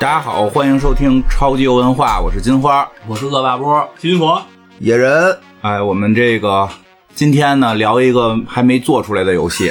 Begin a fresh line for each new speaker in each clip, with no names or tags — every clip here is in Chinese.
大家好，欢迎收听超级游文化，我是金花。
我是恶霸波，金佛，
野人，
哎，我们这个今天呢聊一个还没做出来的游戏，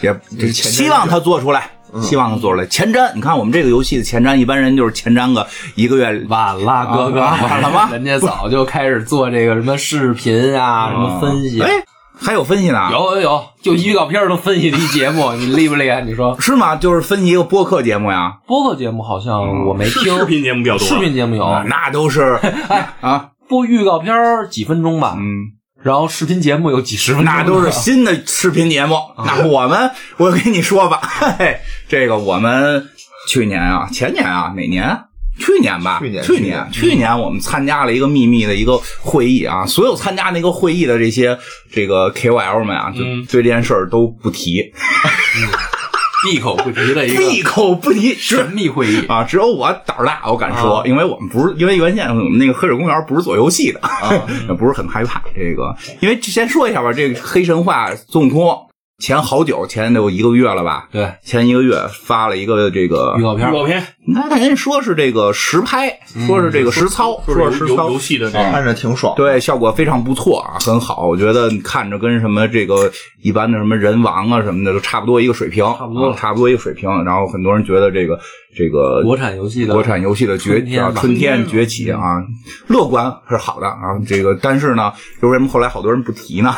也
这是前瞻
希望它做出来，希望它做出来。前瞻，你看我们这个游戏的前瞻，一般人就是前瞻个一个月。呃
晚了哥哥，
啊晚了吗
人家早就开始做这个什么视频啊，什么分析，哎
哎，还有分析呢？
有有有，就预告片儿都分析了一节目，你厉不厉害？你说
是吗？就是分析一个播客节目呀？
播客节目好像我没
是
听，
视频节目比较多，
视频节目有
啊，那都是
哎
啊，
播预告片儿几分钟吧，
嗯，
然后视频节目有几十 分钟，
那都是新的视频节目。那我们，我跟你说吧， 嘿嘿，这个我们去年啊，前年啊，哪年？去年吧，
去年
去年，去年我们参加了一个秘密的一个会议啊，所有参加那个会议的这些这个 KOL 们啊，就对这件事儿都不 提，
闭口不提的一个
闭口不提，
神秘会议。
啊，只有我胆儿大，我敢说，
啊
因为我们不是因为原先我们那个黑水公园不是做游戏的，
啊
不是很害怕这个。因为先说一下吧，这个黑神话孙悟空前好久，前得有一个月了吧，
对，
前一个月发了一个这个
预，告片儿
预
嗯
告片，
你看人家说是这个实拍，说是这个实操，说
说
是
是
实
游
操
游。戏的这
看着挺爽。
对，效果非常不错啊，很好。我觉得看着跟什么这个一般的什么人王啊什么的都差不多一个水平，差
不多
差不多一个水平。然后很多人觉得这个这个
国产游戏的
国产游戏的崛
春天吧嗯
啊春天崛起啊，乐观是好的啊，这个但是呢，就为什么后来好多人不提呢？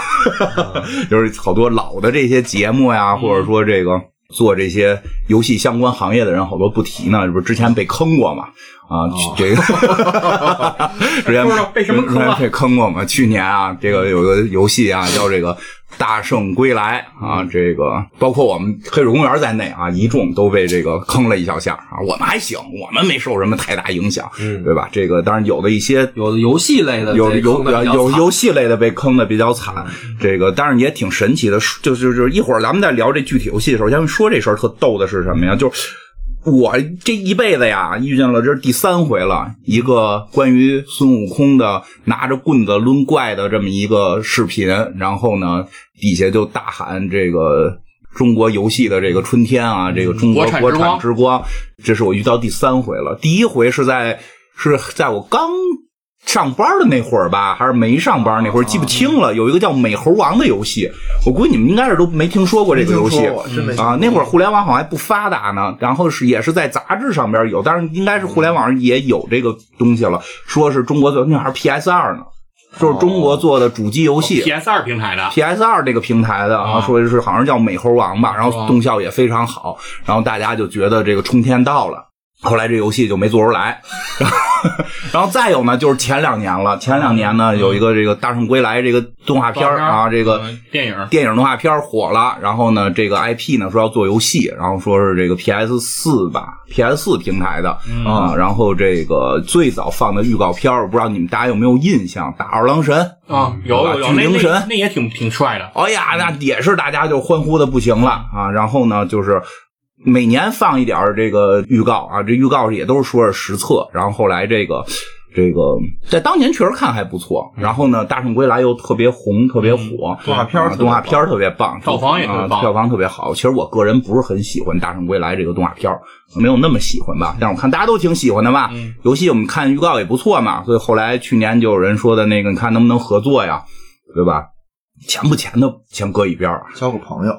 嗯
就是好多老的这些节目呀，或者说这个做这些游戏相关行业的人，好多不提呢，这不是之前被坑过嘛？啊，这个 之前
哦不知道被什么坑啊
被坑过嘛？去年啊，这个有个游戏 啊，叫这个《大圣归来》啊，这个包括我们黑水公园在内啊，一众都被这个坑了一小下啊。我们还行，我们没受什么太大影响，
嗯
对吧？这个当然有的一些
有的游戏类的
有
这
有
坑得
有
比较
有
惨嗯
游戏类的被坑的比较惨，这个但是也挺神奇的，就是就是一会儿咱们在聊这具体游戏的时候，先说这事儿特逗的是什么呀？就是。我这一辈子呀，遇见了这是第三回了，一个关于孙悟空的拿着棍子抡怪的这么一个视频，然后呢，底下就大喊这个中国游戏的这个春天啊，这个中国
国产之
国
光
产之光，这是我遇到第三回了。第一回是在是在我刚上班的那会儿吧，还是没上班那会儿，记不清
啊
了。有一个叫《美猴王》的游戏，我估计你们应该是都没听说过这个游戏
没听说过真没听说过
啊。那会儿互联网好像还不发达呢，然后是也是在杂志上边有，但是应该是互联网上也有这个东西了，说是中国做那还是 PS 二呢，就是中国做的主机游戏。
PS 二平台的，
PS 二这个平台的啊，
啊
说是好像叫美猴王吧，然后动效也非常好，然后大家就觉得这个冲天到了。后来这游戏就没做出来， 然后再有呢，就是前两年了。前两年呢，有一个这个《大圣归来》这个嗯动画片儿啊，这个
嗯电影
电影动画片儿火了，然后呢，这个 IP 呢说要做游戏，然后说是这个 PS 四吧，PS 四平台的啊、然后这个最早放的预告片儿，我不知道你们大家有没有印象，打二郎神
啊，有有有，
巨
那
灵神
那那也挺挺帅的，
哎呀，那也是大家就欢呼的不行了啊。然后呢，就是每年放一点儿这个预告啊，这预告也都是说是实测。然后后来这个这个在当年确实看还不错。然后呢，《大圣归来》又特别红，特别火，
动画片儿
啊
特别
动画片儿特别棒，
票房也特别棒
啊票房特别好。其实我个人不是很喜欢《大圣归来》这个动画片儿，没有那么喜欢吧。但是我看大家都挺喜欢的嘛，游戏我们看预告也不错嘛，所以后来去年就有人说的那个，你看能不能合作呀，对吧？钱不钱的先搁一边儿啊，
交个朋友，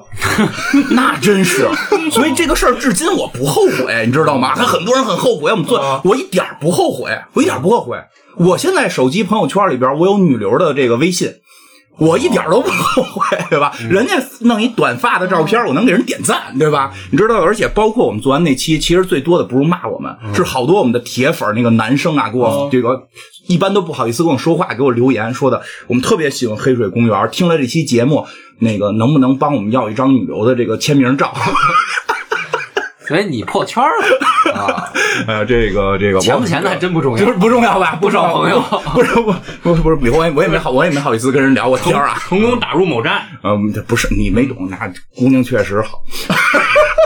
那真是，啊所以这个事儿至今我不后悔，你知道吗？还很多人很后悔，我们做，我一点儿不后悔，我一点儿不后悔。我现在手机朋友圈里边，我有女流的这个微信，我一点儿都不后悔，对吧？人家弄一短发的照片，我能给人点赞，对吧？你知道，而且包括我们做完那期，其实最多的不是骂我们，是好多我们的铁粉儿那个男生啊，给我这个一般都不好意思跟我说话，给我留言说的，我们特别喜欢黑水公园，听了这期节目，那个能不能帮我们要一张女流的这个签名照？
所以你破圈儿了啊！
呃，这个这个
钱不钱的还真不重
就
要
是，不重要吧？不
不少朋友，
不是不不不是，以后我也我也没好我也没好意思跟人聊过天儿啊。
成功打入某 站，
嗯，这不是你没懂，那姑娘确实好。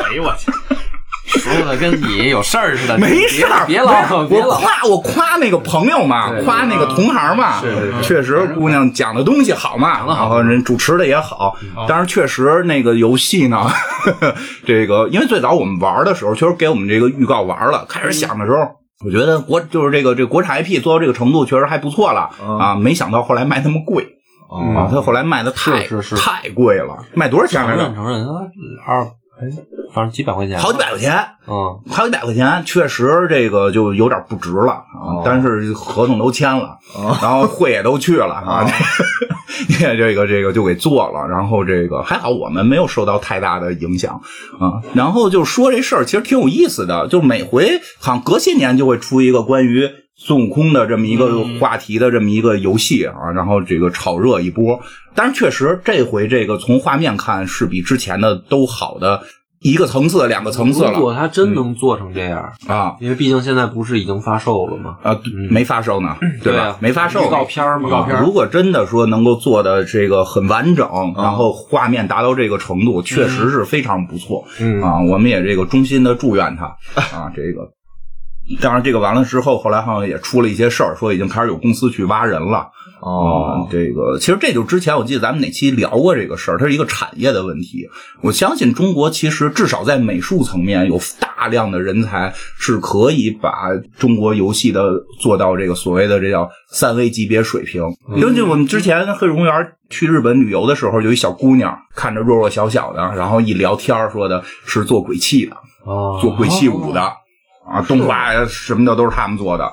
哎呦我去，
说的跟你有事儿似的，
没事儿，
别别
不
老
是
别
我
老，
夸我夸那个朋友嘛，
对
夸那个同行嘛，
是
是
确实姑娘讲的东西好嘛，
得好嗯
然后人主持的也好，当然确实那个游戏呢， 呵呵这个因为最早我们玩的时候，确实给我们这个预告玩了，开始想的时候。我觉得国就是这个这个国产 IP 做到这个程度，确实还不错了、
嗯
啊！没想到后来卖那么贵、啊，它后来卖的太
是是是
太贵了，卖多少钱来
承认
着？
承认，啊二哎反正几百块钱，
好几百块钱。
嗯，
好几百块钱，确实这个就有点不值了
哦
啊。但是合同都签了，然后会也都去了啊，
哦
这这个这个就给做了。然后这个还好我们没有受到太大的影响啊。然后就说这事儿其实挺有意思的，就是每回好像隔些年就会出一个关于。孙悟空的这么一个
嗯
话题的这么一个游戏啊，然后这个炒热一波，但是确实这回这个从画面看是比之前的都好的一个层次、两个层次
如
了
果他真能做成这样，
啊。
因为毕竟现在不是已经发售了吗？
啊，对没发售呢，对
嗯对
吧
啊？
没发售呢，
预告片儿
啊
嘛嗯预告片儿嗯
如果真的说能够做的这个很完整，然后画面达到这个程度，确实是非常不错
嗯
啊！我们也这个衷心的祝 愿他啊，这个。当然，这个完了之后，后来好像也出了一些事儿，说已经开始有公司去挖人了啊、
哦，
这个其实这就之前我记得咱们哪期聊过这个事儿，它是一个产业的问题。我相信中国其实至少在美术层面有大量的人才是可以把中国游戏的做到这个所谓的这叫三 A 级别水平。因为就我们之前黑水公园去日本旅游的时候，有一小姑娘看着弱弱小小的，然后一聊天儿说的是做鬼泣的，
哦
做鬼泣五的啊，动画呀什么的都是他们做的。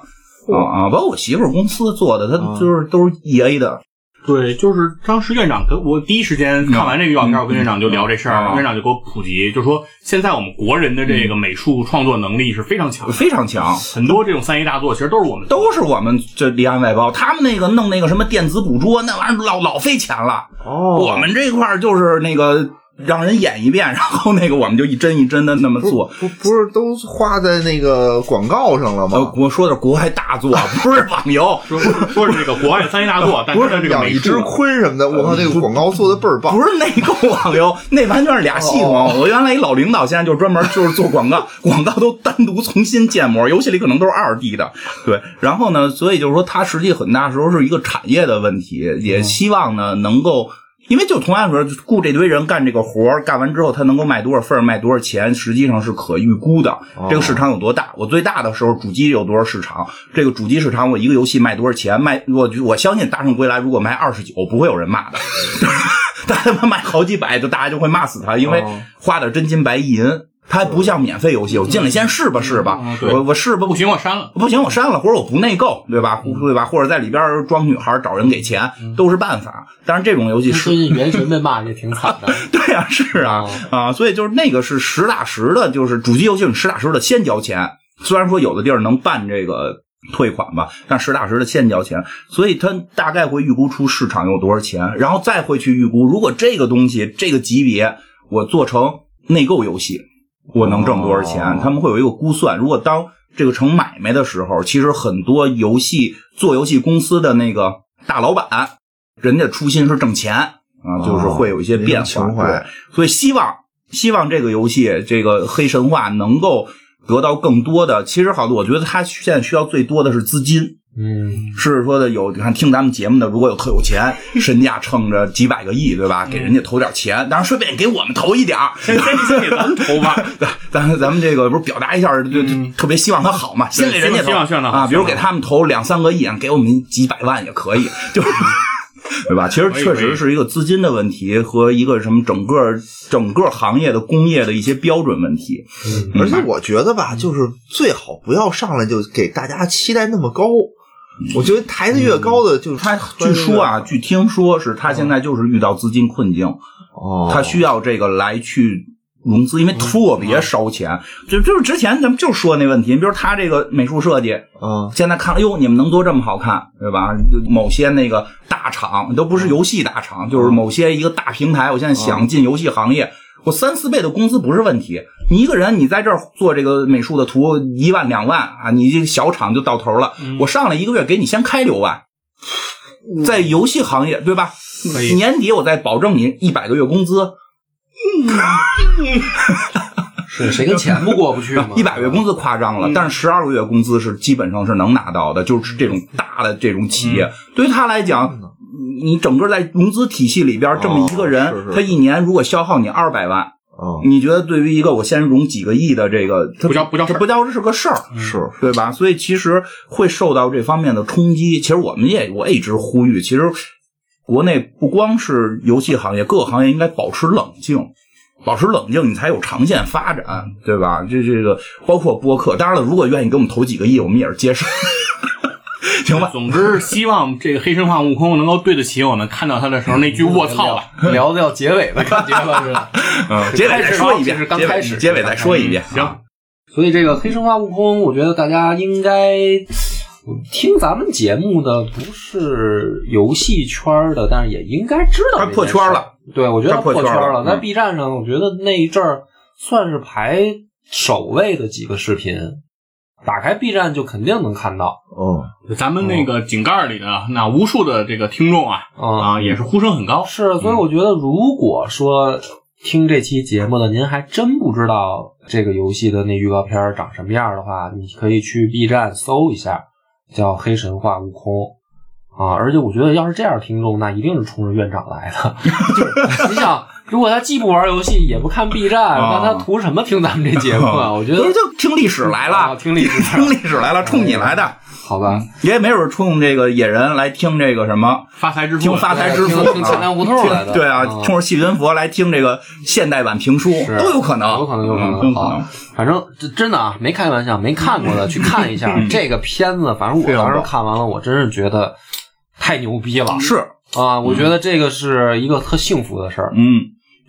啊啊！包括我媳妇儿公司做的，她就是都是 E A 的，
对，就是当时院长跟我第一时间看完这个预告片，我跟院长就聊这事
嗯
儿，院长就给我普及，就说现在我们国人的这个美术创作能力是非常强的，
非常强。
很多这种三 A 大作其实都是我们
都是我们这里安外包，他们那个弄那个什么电子捕捉，那玩意儿老老费钱了。
哦
我们这块儿就是那个让人演一遍，然后那个我们就一帧一帧的那么做。
不不是都花在那个广告上了
呃
吗，？
我说的国外大作， 不是网游，
说说是这个国外的三 A 大作，但
不
是它
是
这个
养
美
一只
术啊
鲲什么
呃
的，我靠，那个广告做的倍儿棒
不。是内购网游，那完全是俩系
哦
统。我原来一老领导，现在就专门就是做广告，广告都单独重新建模，游戏里可能都是二 D 的。 对，然后呢，所以就是说，它实际很大时候是一个产业的问题，
嗯
也希望呢能够。因为就同样说，雇这堆人干这个活儿，干完之后他能够卖多少份儿，卖多少钱，实际上是可预估的。
哦
这个市场有多大？我最大的时候主机有多少市场？这个主机市场我一个游戏卖多少钱？卖我我相信《大圣归来》如果卖二十九，不会有人骂的。 他他妈卖好几百，就大家就会骂死他，因为
哦
花的真金白银，他还不像免费游戏，我进来先试吧试吧
嗯，对
我我试吧
不行，我删了。
不行，我删了，或者我不内购，对吧？对吧？或者在里边装女孩找人给钱，都是办法。但是这种游戏是
最近原神被骂也挺惨的，
对呀、是啊，啊，所以就是那个是实打实的，就是主机游戏你实打实的先交钱。虽然说有的地儿能办这个退款吧，但实打实的先交钱，所以它大概会预估出市场有多少钱，然后再会去预估，如果这个东西这个级别我做成内购游戏，我能挣多少钱？
哦
他们会有一个估算。如果当这个成买卖的时候，其实很多游戏做游戏公司的那个大老板，人家初心是挣钱啊，就是会有一些变化。
那种情怀
对嗯所以希望希望这个游戏这个黑神话能够得到更多的。其实好多，我觉得它现在需要最多的是资金。
嗯，
是说的有，你看听咱们节目的，如果有特有钱，身价撑着几百个亿，对吧？给人家投点钱，当然顺便也给我们投一点儿，
先先先给咱们投吧，
咱 咱咱们这个不是表达一下，就就
嗯
特别希望他好嘛，先给人家投
希望希望他好
啊，比如
希望
给他们投两三个亿，给我们几百万也 可以，就是。对吧？其实
可以
确
可
实
以
是一个资金的问题和一个什么整个整个行业的工业的一些标准问题。
而且我觉得吧，
嗯
就是最好不要上来就给大家期待那么高。我觉得抬得越高的，就
嗯
是
他据说啊，据听说是他
嗯
现在就是遇到资金困境，
哦，
他需要这个来去融资，因
嗯
为特别烧钱。就就是之前咱们就说那问题，你比如他这个美术设计，
啊，
现在看，哎呦，你们能做这么好看，对吧？某些那个大厂都不是游戏大
嗯
厂，就是某些一个大平台，我现在想进游戏行业。我三四倍的工资不是问题，你一个人你在这儿做这个美术的图一万两万啊，你这个小厂就到头了。
嗯
我上来一个月给你先开六万，在游戏行业对吧
可？以
年底我再保证你一百个月工资，？
是谁跟钱不过不去吗
啊一百个月工资夸张
嗯
了，但是十二个月工资是基本上是能拿到的，就是这种大的这种企
嗯
业，对于他来讲，你你整个在融资体系里边这么一个人，
哦是是
他一年如果消耗你二百万，
啊，
你觉得对于一个我先融几个亿的这个，他
不叫不叫事
这
儿
不叫是个事儿，
嗯
是
对吧？所以其实会受到这方面的冲击。其实我们也我也一直呼吁，其实国内不光是游戏行业，各个行业应该保持冷静。保持冷静，你才有长线发展，对吧？这这个包括播客，当然了，如果愿意给我们投几个亿，我们也是接受。行吧，
总之，希望这个黑神话悟空能够对得起我们看到他的时候那句“卧槽”吧。
聊到结尾的感觉了是吧？
嗯，结尾再说一遍
是，刚
结尾
开始嗯
结尾再说一
啊
遍。
行，
所以这个黑神话悟空，我觉得大家应该嗯听咱们节目的不是游戏圈儿的，但是也应该知
他
道这件
破圈
事儿
了。
对，我觉得
他
他
破
破
圈
圈
了
了。在
嗯
B 站上，我觉得那一阵儿算是排首位的几个视频，打开 B 站就肯定能看到。
嗯，
咱们那个井盖儿里的那无数的这个听众啊
啊、
啊，也是呼声很高。
是，
嗯
所以我觉得，如果说听这期节目的您还真不知道这个游戏的那预告片儿长什么样儿的话，你可以去 B 站搜一下，叫《黑神话悟空》。啊，而且我觉得，要是这样听众，那一定是冲着院长来的。 就是你想，如果他既不玩游戏，也不看 B 站，
啊
那他图什么听咱们这节目啊？我觉得
不是就听历史来
啊
了，
听历史嗯
听历史来了，冲你来的，
好吧，
也没准冲这个野人来听这个什么，
发财啊致富，
听发财致富
对，听钱粮胡同来的
听对啊，
嗯
冲着细云佛来听这个现代版评书
是
都有可能，
有可能，有
嗯
可能，
都有
好
可能。
反正这真的啊，没开玩笑，没看过的去看一
嗯
下这个片子。反正我
非常
当时
棒
看完了，我真是觉得太牛逼了
是，
啊！我觉得这个是一个特幸福的事儿，
嗯，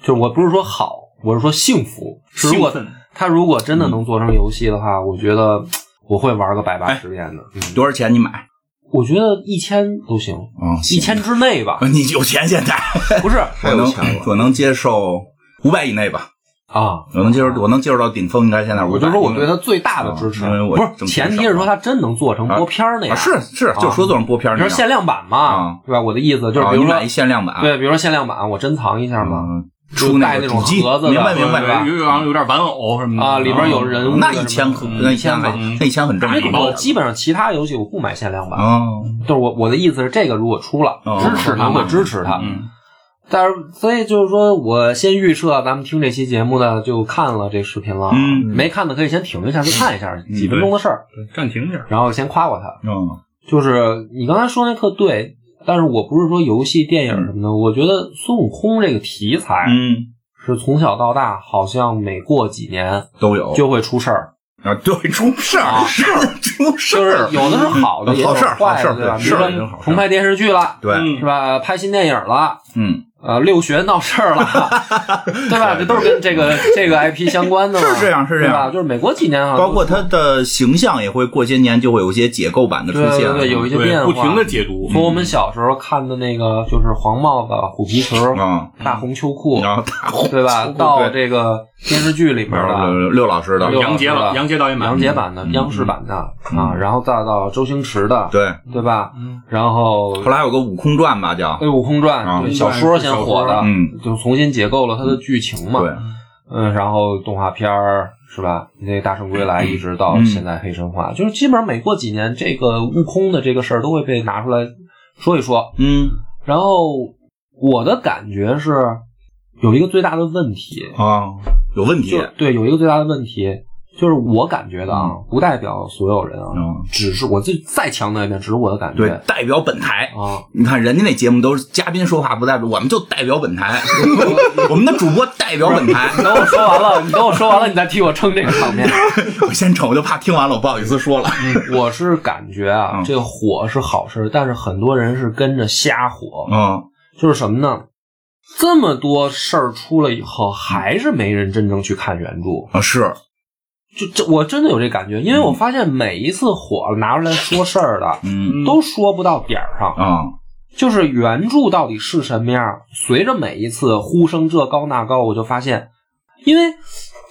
就是我不是说好，我是说幸福。
兴
如果
奋
他如果真的能做成游戏的话，我觉得我会玩个百八
嗯哎
十遍的。嗯
多少钱你买？
我觉得一千都行，
嗯，哎
一千之内吧，
行，你有钱现在，
不是
太
我
有
能
钱了，
我能接受五百以内吧，
啊。
我能接受，我能接受到顶峰应该现在500，
我就说我对他最大的支持，
啊因为我挣
不是
钱
前提
少
是
嘛
说他真能做成播片儿那
啊
样，
是是，就说做成播片儿
你
那
说
样，
限量版嘛
啊，
对吧？我的意思就是，
啊
比
你
如
买
说
一限量版，
对，比如说限量版，我珍藏一下嘛。
嗯，出那
带
个
那
主
种
机，
盒子的
明白明白
对吧
有有有有点玩偶什么的
啊里边有人物
那一千可
嗯
那一千还
嗯
那一千很正
因为
常，
我基本上其他游戏我不买限量版，
哦，
就是我我的意思是，这个如果出了，
哦
支持它，
嗯
我会支持它。
嗯，
但是所以就是说我先预设，咱们听这期节目的就看了这视频了，啊
嗯
没看的可以先停一下去看一下，几分钟的事儿，
嗯暂停一下。
然后先夸夸它。
嗯，
就是你刚才说那特对，但是我不是说游戏、电影什么的，我觉得孙悟空这个题材
嗯，
是从小到大，好像每过几年
都有，
就会出事儿。
啊，对，出事儿，事儿 出事
就是
儿，
有的是好的，
嗯
也有
好事儿
坏
好事
的，
儿
对吧？
对
比
事
如
儿
说
也有好事儿
重拍电视剧了，
对，
嗯
是吧？拍新电影了，
嗯，
呃，六学闹事 儿了，对吧？这都是跟这个这个 IP 相关的嘛，
是这样是这样
对吧就是每过几年啊，
包括他的形象也会过些年就会有一些解构版的出
对对
现，啊
对对，有一些变化，
对，不停的解读，
从我们小时候看的那个就是黄帽子、虎皮裙、
啊，
大红秋裤，
然后大红
对 吧？
秋裤
到
对
这个电视剧里面了。
呃刘老师的
刘
杨杰
是吧
吧，杨杰导演版，
杨洁版
嗯
的、央视版的啊，然后再到周星驰的，
对，
对吧？
嗯
然后
后来有个《悟空传》吧，叫
《对《悟空传
啊》
对小说先火的，
嗯，
就重新解构了它的剧情嘛。
对，
嗯，然后动画片儿是吧？那个《大圣归来》一直到
嗯
现在《黑神话》，就是基本上每过几年，这个悟空的这个事儿都会被拿出来说一说。
嗯
然后我的感觉是，有一个最大的问题，
啊，有问题
就，对，有一个最大的问题。就是我感觉的啊，不代表所有人啊，
嗯
只是我最再强调一遍，只是我的感觉
对，代表本台。
啊。
你看人家那节目都是嘉宾说话不代表，我们就代表本 台，我们的主播代表本台。
等我说完了，你等我说完了，你再替我撑这个场面。
我先瞅，我就怕听完了我不好意思说了。
嗯我是感觉啊
嗯，
这个火是好事，但是很多人是跟着瞎火，
嗯
就是什么呢？这么多事儿出了以后，还是没人真正去看原著，
啊是，
就这我真的有这感觉，因为我发现每一次火了拿出来说事儿的，
嗯
都说不到点儿上，
啊
就是原著到底是什么样，随着每一次呼声这高那高，我就发现，因为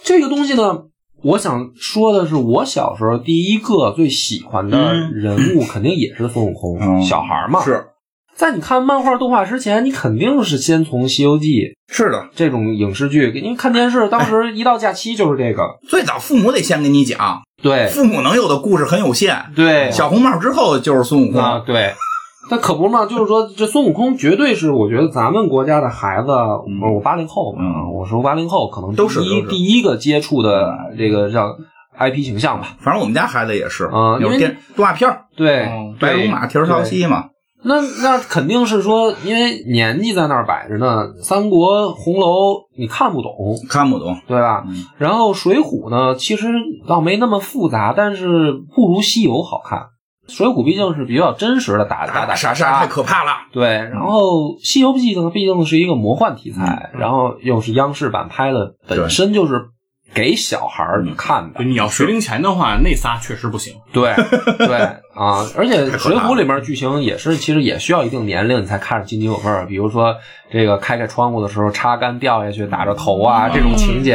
这个东西呢，我想说的是，我小时候第一个最喜欢的人物肯定也是孙悟空，
嗯
小孩儿嘛。
是，
在你看漫画动画之前，你肯定是先从《西游记》
是的，
这种影视剧，因为看电视当时一到假期就是这个，
最早父母得先给你讲，
对
父母能有的故事很有限。
对
小红帽之后就是孙悟
啊
空，
对。那可不嘛，就是说，这孙悟空绝对是，我觉得咱们国家的孩子，我我八零后嘛，
嗯
我说八零后，可能
都是
第一
都是
第一个接触的这个让 IP 形象吧，
反正我们家孩子也是，
啊
有
因为
电动画片儿
对，
嗯
白龙马、铁儿朝西嘛，
那那肯定是说，因为年纪在那儿摆着呢，《三国》《红楼》你看不懂，
看不懂。
对吧？
嗯
然后《水浒》呢，其实倒没那么复杂，但是不如《西游》好看。《水浒》毕竟是比较真实的打打啊
打
杀
杀杀太可怕了，
对，然后《西游记》呢，毕竟是一个魔幻题材，然后又是央视版拍的，
嗯对嗯
本身就是给小孩儿看的
就，你要学龄前的话，那仨确实不行。
对 对啊，而且《
可
水
怕
浒》
了
里面剧情也是，其实也需要一定年龄你才看着津津有味儿。比如说这个开开窗户的时候，插杆掉下去打着头
嗯
啊，这种情节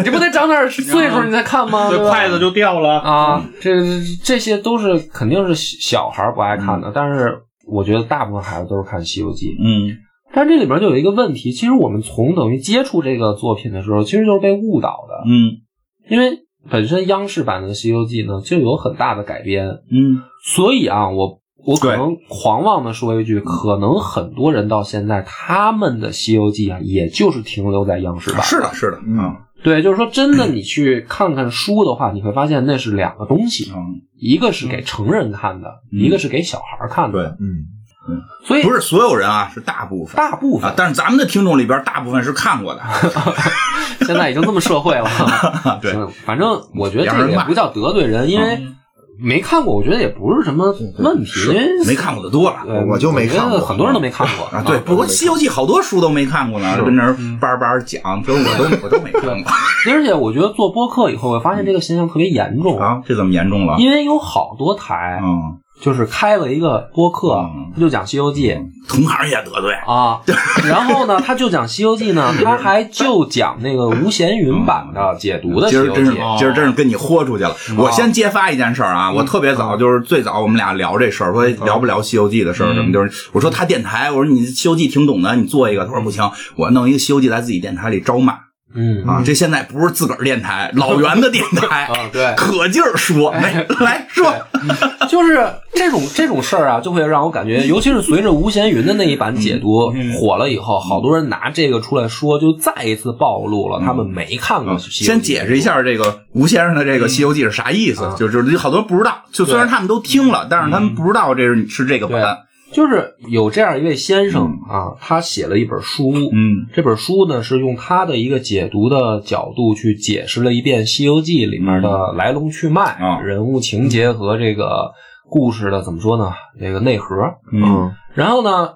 你不得长点岁数你再看吗？对吧
就掉了。
啊，
嗯
这这些都是肯定是小孩儿不爱看的，但是我觉得大部分孩子都是看《西游记》。
嗯，
但这里面就有一个问题，其实我们从等于接触这个作品的时候，其实就是被误导的，
嗯
因为本身央视版的《西游记》呢就有很大的改编，
嗯，
所以啊，我我可
对
能狂妄的说一句，可能很多人到现在他们的《西游记》啊，也就是停留在央视版。
是的，是的，嗯
对，就是说真的，你去看看书的话，你会发现那是两个东西，
嗯，
一个是给成人看的，
嗯
一个是给小孩看的。
嗯，
所以
不是所有人啊，是大部分
大部分
啊，但是咱们的听众里边大部分是看 过的，
现在已经这么社会了。
对
行，反正我觉得这个也不叫得罪人，因为
嗯
没看过，我觉得也不是什么问题，因为
没看过的多了。
呃
我就没看
我
过
觉得很多人都没看过
啊，对，不过《西游记》好多书都没看过呢，跟那儿
嗯
叭叭讲，这我都我都没 看过
而且我觉得做播客以后，我发现这个现象特别严重，
啊，这怎么严重了？
因为有好多台
嗯，
就是开了一个播客
嗯，
他就讲《西游记》
同行也得罪，
啊，然后呢，他就讲《西游记》 呢，他还就讲那个吴闲云版的解读的《西
嗯今儿
游记
真是》，
哦
今儿真是跟你豁出去了。
哦
我先揭发一件事儿
嗯
啊，我特别早就是最早我们俩聊这事儿，说聊不聊《西游记》的事儿，
嗯
什么就是我说他电台，我说你《西游记》挺懂的，你做一个。他说不行，我弄一个《西游记》在自己电台里招骂
嗯
啊，这现在不是自个儿电台，老袁的电台，
啊，哎对，
可劲儿说，来来说，
就是这种这种事儿啊，就会让我感觉，尤其是随着吴闲云的那一版解读
嗯嗯
火了以后，好多人拿这个出来说，就再一次暴露了他们没看过《西游
嗯啊
记》。
先解释一下这个吴先生的这个《西游记》是啥意思，
啊
就是就是好多人不知道，就虽然
对嗯
他们都听了，但是他们不知道这是是这个
对
版，
就是有这样一位先生啊，他写了一本书，
嗯
这本书呢是用他的一个解读的角度去解释了一遍《西游记》里面的来龙去脉、
嗯啊
人物情节和这个故事的怎么说呢？这个内核。
嗯
然后呢，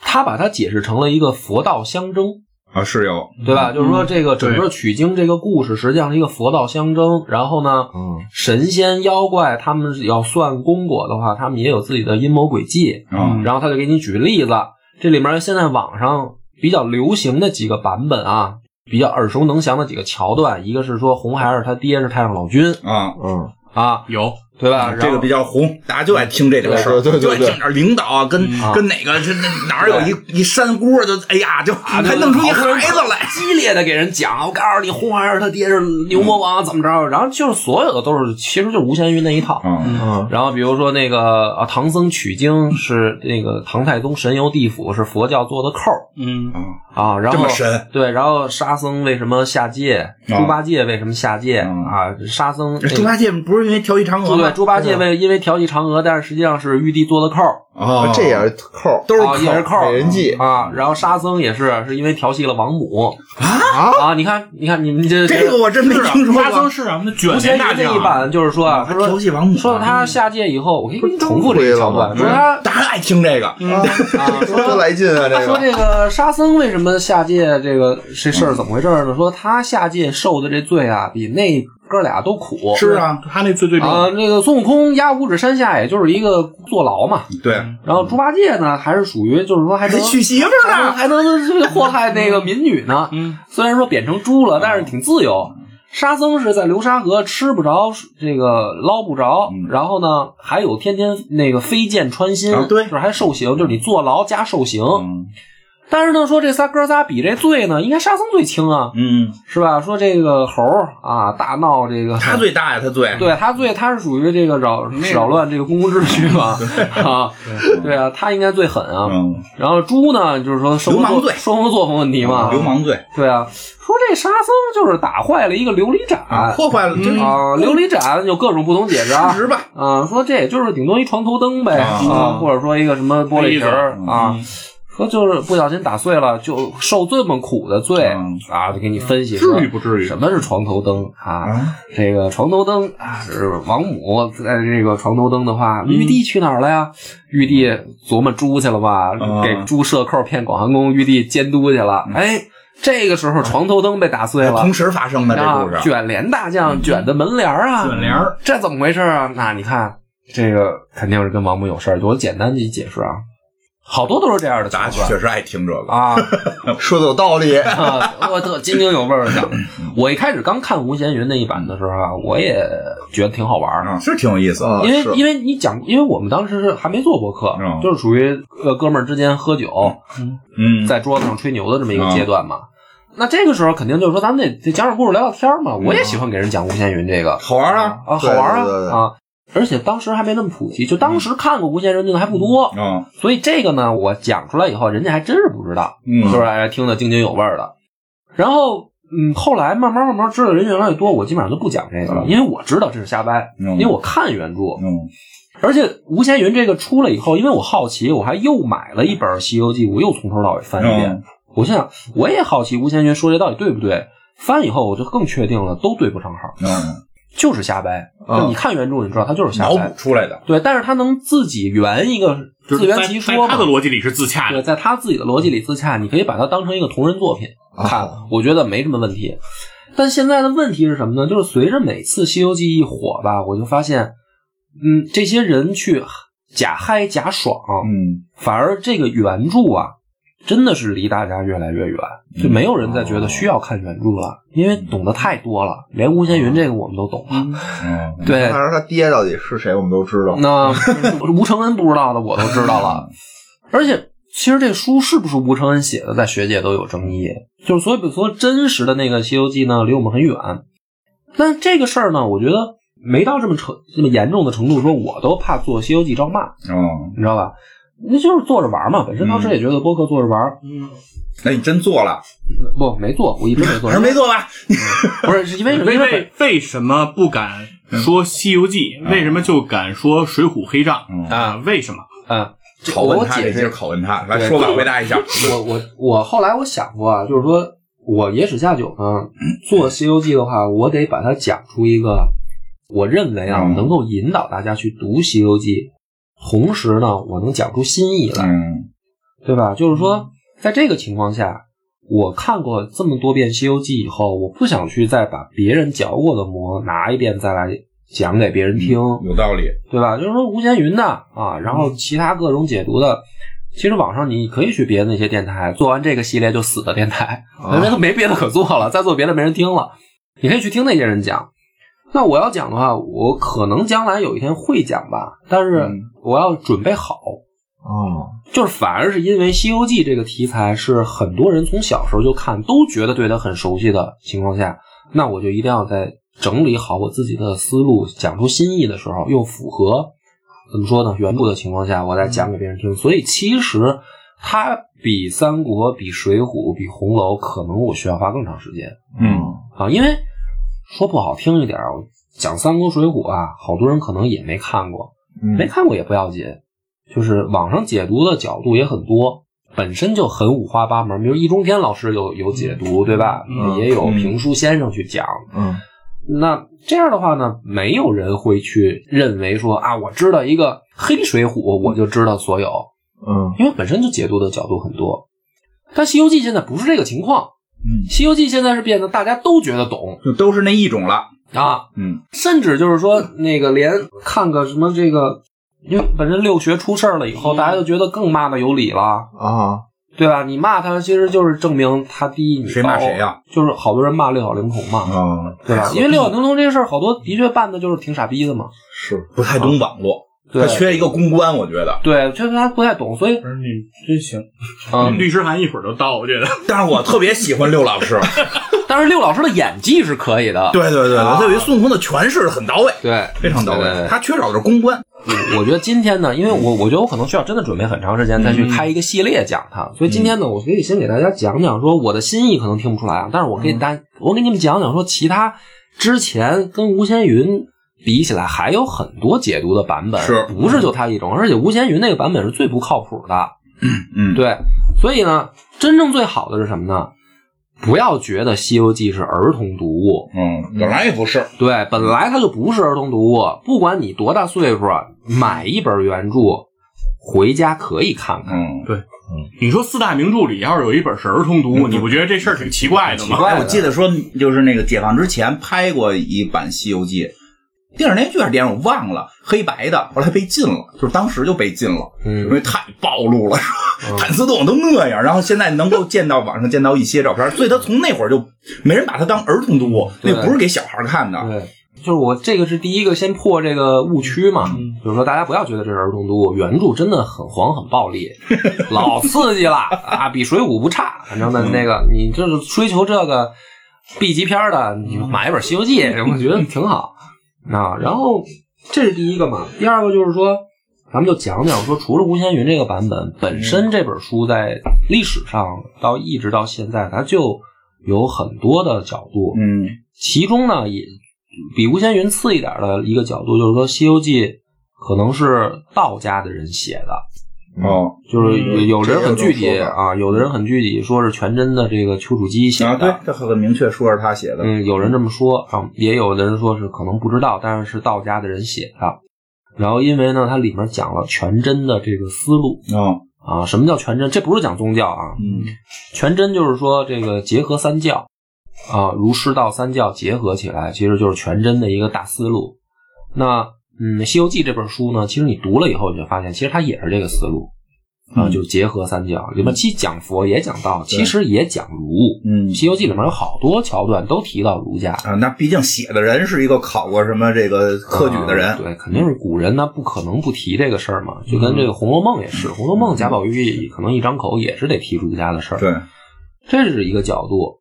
他把它解释成了一个佛道相争，
啊是有
对吧？就
嗯
是说这个整个取经这个故事实际上是一个佛道相争。然后呢，
嗯
神仙妖怪他们要算功果的话，他们也有自己的阴谋诡计。
啊
然后他就给你举例子，这里面现在网上比较流行的几个版本啊，比较耳熟能详的几个桥段，一个是说红孩儿他爹是太上老君
啊。
嗯，
啊，
有
对吧？
嗯这个比较红，大家就爱听这个事儿，
对对对
就爱
对对
听点领导啊，跟
啊
跟哪个这那哪儿有一一山锅，就哎呀，就还
然后啊，
弄出一
好多人
孩子来，
激烈的给人讲，我告诉你，红孩儿他爹是牛魔王，怎么着？然后就是所有的都是，其实就是吴闲云那一套。
嗯
嗯
然后比如说那个啊，唐僧取经是那个唐太宗神游地府是佛教做的扣儿
嗯
啊，然
这
后
么神，啊
对，然后沙僧为什么下界？猪八戒为什么下界
嗯
啊？沙僧
这猪八戒不是因为调戏嫦娥
对
吗？
猪八戒为因为调戏嫦娥，但是实际上是玉帝做的扣儿
哦
啊这也是扣儿
都是嗯
啊，也是扣儿
美人计
啊。然后沙僧也是是因为调戏了王母
啊，
啊。你看，你看你们这
这个我真没
是啊
听，说
沙僧
过。
是啊，那
吴
卷
邪
帘大
那
将
一版就是说啊，他说
调戏王母，
说到他下界以后，我可以给你重复这个桥段，
不
说
是
他
大家爱听这个，
啊说
多来劲啊，这
说
个
这个沙僧为什么下界这个这事儿怎么回事呢？说他下界受的这罪啊，比那哥俩都苦。
是啊，
他那最最重
啊，那个孙悟空压五指山下，也就是一个坐牢嘛。
对，
然后猪八戒呢，还是属于就是说还能
还 娶媳妇儿
还能
呢，
还能祸害那个民女呢。
嗯，
哦
虽然说贬成猪了，但是挺自由。沙僧是在流沙河吃不着这个捞不着，
嗯
然后呢还有天天那个飞剑穿心，
啊对
就是还受刑，就是你坐牢加受刑。
嗯
但是呢，说这仨哥仨比这罪呢，应该沙僧最轻啊，
嗯，
是吧？说这个猴儿啊大闹这个，
他最大呀，他最
对他罪他是属于这个扰
那个
扰乱这个公共秩序 嘛啊，对啊，他应该最狠啊。
嗯，
然后猪呢，就是说生活
流氓
作
罪嗯
生活作风问题嘛，
流氓罪，
对啊，说这沙僧就是打坏了一个琉璃盏啊
破坏了就是
琉璃盏有各种不同解释啊
事实嗯吧，
啊，说这也就是顶多一床头灯呗
啊
啊，或者说一个什么玻璃瓶儿
嗯
啊，说就是不小心打碎了，就受这么苦的罪
嗯
啊，就给你分析
至
说
于不至于？
什么是床头灯啊？
啊，
这个床头灯啊，是王母在这个床头灯的话，
嗯
玉帝去哪儿了呀？玉帝琢磨猪去了吧？
啊嗯
给猪设扣骗广寒宫，玉帝监督去了。哎，这个时候床头灯被打碎了
同。时发生的这
啊
故事，嗯
卷帘大将卷的门帘儿啊，
卷帘儿
这怎么回事啊？那你看，这个肯定是跟王母有事儿。我简单去解释啊，好多都是这样的
咱
桥段
确实爱听这个，嗯
啊。
说的有道理。
啊，我特津津有味儿讲。我一开始刚看吴闲云那一版的时候啊，我也觉得挺好玩儿，
嗯是挺有意思的，
啊
因为
是
因为你讲，因为我们当时是还没做博客
嗯，
就是属于呃哥们儿之间喝酒，
嗯，
在桌子上吹牛的这么一个阶段嘛。那这个时候肯定就是说，咱们得得讲讲故事，聊聊天儿嘛。
嗯
我也喜欢给人讲吴闲云这个，
好玩啊，
啊，好玩儿
对对对
啊
对
啊！而且当时还没那么普及，就当时看过吴先生那个还不多，
嗯
所以这个呢，我讲出来以后，人家还真是不知道，
嗯，
就是大家听得津津有味儿的。然后，嗯，后来慢慢慢慢知道人越来越多，我基本上就不讲这个了，
嗯
因为我知道这是瞎掰，
嗯
因为我看原著。
嗯
而且吴闲云这个出了以后，因为我好奇，我还又买了一本《西游记》，我又从头到尾翻一遍。
嗯
我心想，我也好奇吴闲云说这到底对不对。翻以后，我就更确定了，都对不上号。
嗯，
就是瞎掰。
嗯
啊
就你看原著，你知道他就是瞎
脑
掰
补。出来的，
对，但是他能自己圆一个
就
自
是在
圆其说
在他
嘛
的。逻辑里是自洽
对，
的，
在他自己的逻辑里自洽，你可以把它当成一个同人作品
啊
看
哦，
我觉得没什么问题。但现在的问题是什么呢？就是随着每次《西游记》一火吧，我就发现，嗯，这些人去假嗨假爽，
嗯，
反而这个原著啊，真的是离大家越来越远，
嗯
就没有人
哦
再觉得需要看原著了，因为懂得太多了，连吴闲云这个我们都懂了。
嗯
对，
但是他爹到底是谁，我们都知道。
那吴承恩不知道的我都知道了，而且其实这书是不是吴承恩写的，在学界都有争议。就是所以说真实的那个《西游记》呢，离我们很远。但这个事儿呢，我觉得没到这么程这么严重的程度，说我都怕做《西游记》招骂，
嗯，
你知道吧？那就是做着玩儿嘛，本身当时也觉得播客做着玩儿，
嗯那你真做了，
不没做，我一直没做嗯
还，是没做吧？
不是是因 为
为
因为
为为什么不敢说《西游记》？为什么就敢说《水浒黑账
嗯》
啊？为什么？
嗯，这
拷
我
问他，
解
得接
释
着拷问他，来
对
说吧，回答一下。
我我我后来我想过啊，就是说我野史下酒呢，做《西游记》的话，我得把它讲出一个我认为啊、
嗯
能够引导大家去读《西游记》，同时呢，我能讲出新意来，
嗯
对吧？就是说，在这个情况下，我看过这么多遍《西游记》以后，我不想去再把别人嚼过的馍拿一遍再来讲给别人听，
有道理。
对吧？就是说吴闲云的啊，然后其他各种解读的，其实网上你可以去别的那些电台，做完这个系列就死的电台，因为没别的可做了，再做别的没人听了。你可以去听那些人讲。那我要讲的话，我可能将来有一天会讲吧，但是
嗯
我要准备好。
哦，
就是反而是因为《西游记》这个题材是很多人从小时候就看，都觉得对它很熟悉的情况下，那我就一定要在整理好我自己的思路，讲出新意的时候，又符合怎么说呢原著的情况下，我再讲给别人听。所以其实它比《三国》、比《水浒》、比《红楼》，可能我需要花更长时间
嗯
啊，因为说不好听一点儿，我讲《三国》《水浒》啊，好多人可能也没看过。没
嗯，
看过也不要紧，就是网上解读的角度也很多，本身就很五花八门。比如易中天老师有有解读，对吧？
嗯
也有
嗯
评书先生去讲。
嗯，
那这样的话呢，没有人会去认为说啊，我知道一个黑水浒，我就知道所有，
嗯，
因为本身就解读的角度很多。但《西游记》现在不是这个情况，
嗯，
《西游记》现在是变得大家都觉得懂
就都是那一种了。
啊，
嗯
甚至就是说，那个连看个什么
嗯
这个，因为本身六学出事儿了以后，大家就觉得更骂的有理了，
啊，
对吧？你骂他，其实就是证明他低你。哦
谁骂谁呀、嗯
就是好多人骂六小龄童嘛，
啊，
对吧？因为六小龄童这事儿，好多的确办的就是挺傻逼的嘛。
是
不太懂网络，
对
他缺一个公关，我觉得。
对，确实他不太懂，所以
不是你真行，
嗯，
啊律师函一会儿就到，我觉得。
但是我特别喜欢六老师，
但是六老师的演技是可以的，
对对对对，
啊
他对于孙悟空的诠释很到位，
对，
非常到
对对
位。
对
他缺少的是公关，
嗯我觉得今天呢，因为
嗯
我我觉得我可能需要真的准备很长时间再去开一个系列讲它，所以今
嗯
天呢，我可以先给大家讲讲说我的心意可能听不出来啊，但是我可以
嗯
大、我给你们讲讲说其他之前跟吴先云比起来还有很多解读的版本，
是
不是就他一种？而且吴先云那个版本是最不靠谱的，
嗯，
对，所以呢，真正最好的是什么呢？不要觉得《西游记》是儿童读物，
嗯，本来也不是，
对，本来它就不是儿童读物，不管你多大岁数，买一本原著回家可以看看。
嗯，
你说四大名著里要是有一本是儿童读物，你不觉得这事儿挺奇怪的
奇
吗？
怪
哎，
的
我记得说，就是那个解放之前拍过一版《西游记》，电视连续剧还是电影我忘了，黑白的，后来被禁了，就是当时就被禁了，因
嗯，
为太暴露了，谭嗣栋都那样，然后现在能够见到网上见到一些照片，所以他从那会儿就没人把他当儿童读物，
对嗯
那不是给小孩看的，
对，就是我这个是第一个先破这个误区嘛，
嗯
就是说大家不要觉得这是儿童读物，原著真的很黄很暴力，老刺激了啊，比《水浒》不差。反正呢，那个你就是追求这个 B 级片儿的，你买一本《西游记》，我觉得挺好啊。然后这是第一个嘛，第二个就是说。咱们就讲讲说，除了吴先云这个版本本身，这本书在历史上到一直到现在，它就有很多的角度，
嗯
其中呢，也比吴先云次一点的一个角度，就是说《西游记》可能是道家的人写的，
哦，
就是有有人很具
这
体
有种说
啊，有的人很具体，说是全真的这个丘处机写
啊，对
的，，
这很明确说是他写的，
哎嗯，有人这么说啊，也有的人说是可能不知道，但是是道家的人写的。然后因为呢，它里面讲了全真的这个思路
哦，
啊，什么叫全真？这不是讲宗教啊，
嗯
全真就是说这个结合三教啊，儒释道三教结合起来，其实就是全真的一个大思路。那嗯，《西游记》这本书呢，其实你读了以后，你就发现其实它也是这个思路啊，
嗯
就结合三教，里面既讲佛也讲道，其实也讲儒。
嗯
《西游记》里面有好多桥段都提到儒家。
啊，那毕竟写的人是一个考过什么这个科举的人，
啊对，肯定是古人，那不可能不提这个事儿嘛。就跟这
嗯
个《红楼梦》也是，《红楼梦》贾宝玉可能一张口也是得提儒家的事儿。
对，
这是一个角度。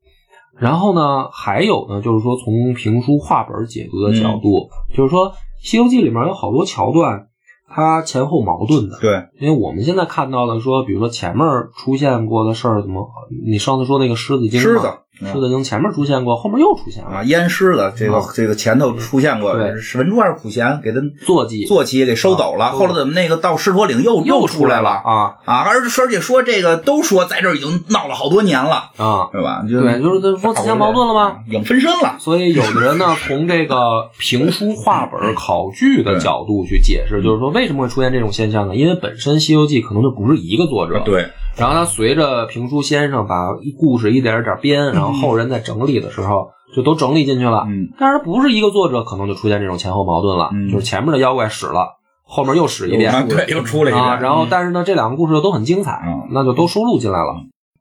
然后呢，还有呢，就是说从评书话本解读的角
嗯
度，就是说《西游记》里面有好多桥段，它前后矛盾的。
对，
因为我们现在看到的说，比如说前面出现过的事儿，怎么你上次说那个狮子精嘛，
狮子嗯
狮子精前面出现过，后面又出现了
啊，阉尸的这个、
啊
这个前头出现过，
对
是文殊还是普贤给他
坐骑
坐骑给收走了，
啊
后来怎么那个到狮驼岭又
又
出
来
了
啊
啊？而而且说这个都说在这儿已经闹了好多年了，
啊！
对吧？就
对，就是这不自相矛盾了吗？？
影分身了，
所以有的人呢，从这个评书、话本、考据的角度去解
嗯
释，就是说为什么会出现这种现象呢？因为本身《西游记》可能就不是一个作者，。
对，
然后他随着评书先生把故事一点一点编，然后后人在整理的时候就都整理进去了。
嗯
但是不是一个作者，可能就出现这种前后矛盾了，
嗯
就是前面的妖怪使了，后面又使一遍，
啊对，又出了一遍，
啊，然
嗯
后但是呢，这两个故事都很精彩
嗯，
那就都收录进来了，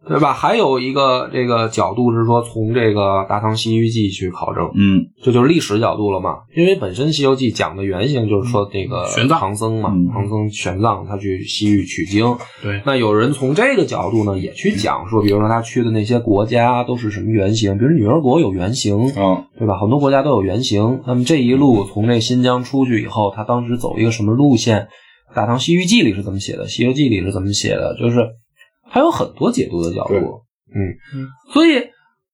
对吧？还有一个这个角度是说，从这个《大唐西域记》去考证，
嗯
这就是历史角度了嘛。因为本身《西游记》讲的原型就是说那个
嗯玄奘
唐僧嘛
嗯，
唐僧玄奘他去西域取经，
对，
那有人从这个角度呢，也去讲说，比如说他去的那些国家啊都是什么原型，比如女儿国有原型，
嗯
对吧？很多国家都有原型。那么这一路从这新疆出去以后，他当时走一个什么路线？《大唐西域记》里是怎么写的？《西游记》里是怎么写的？就是还有很多解读的角
对
度。嗯，所以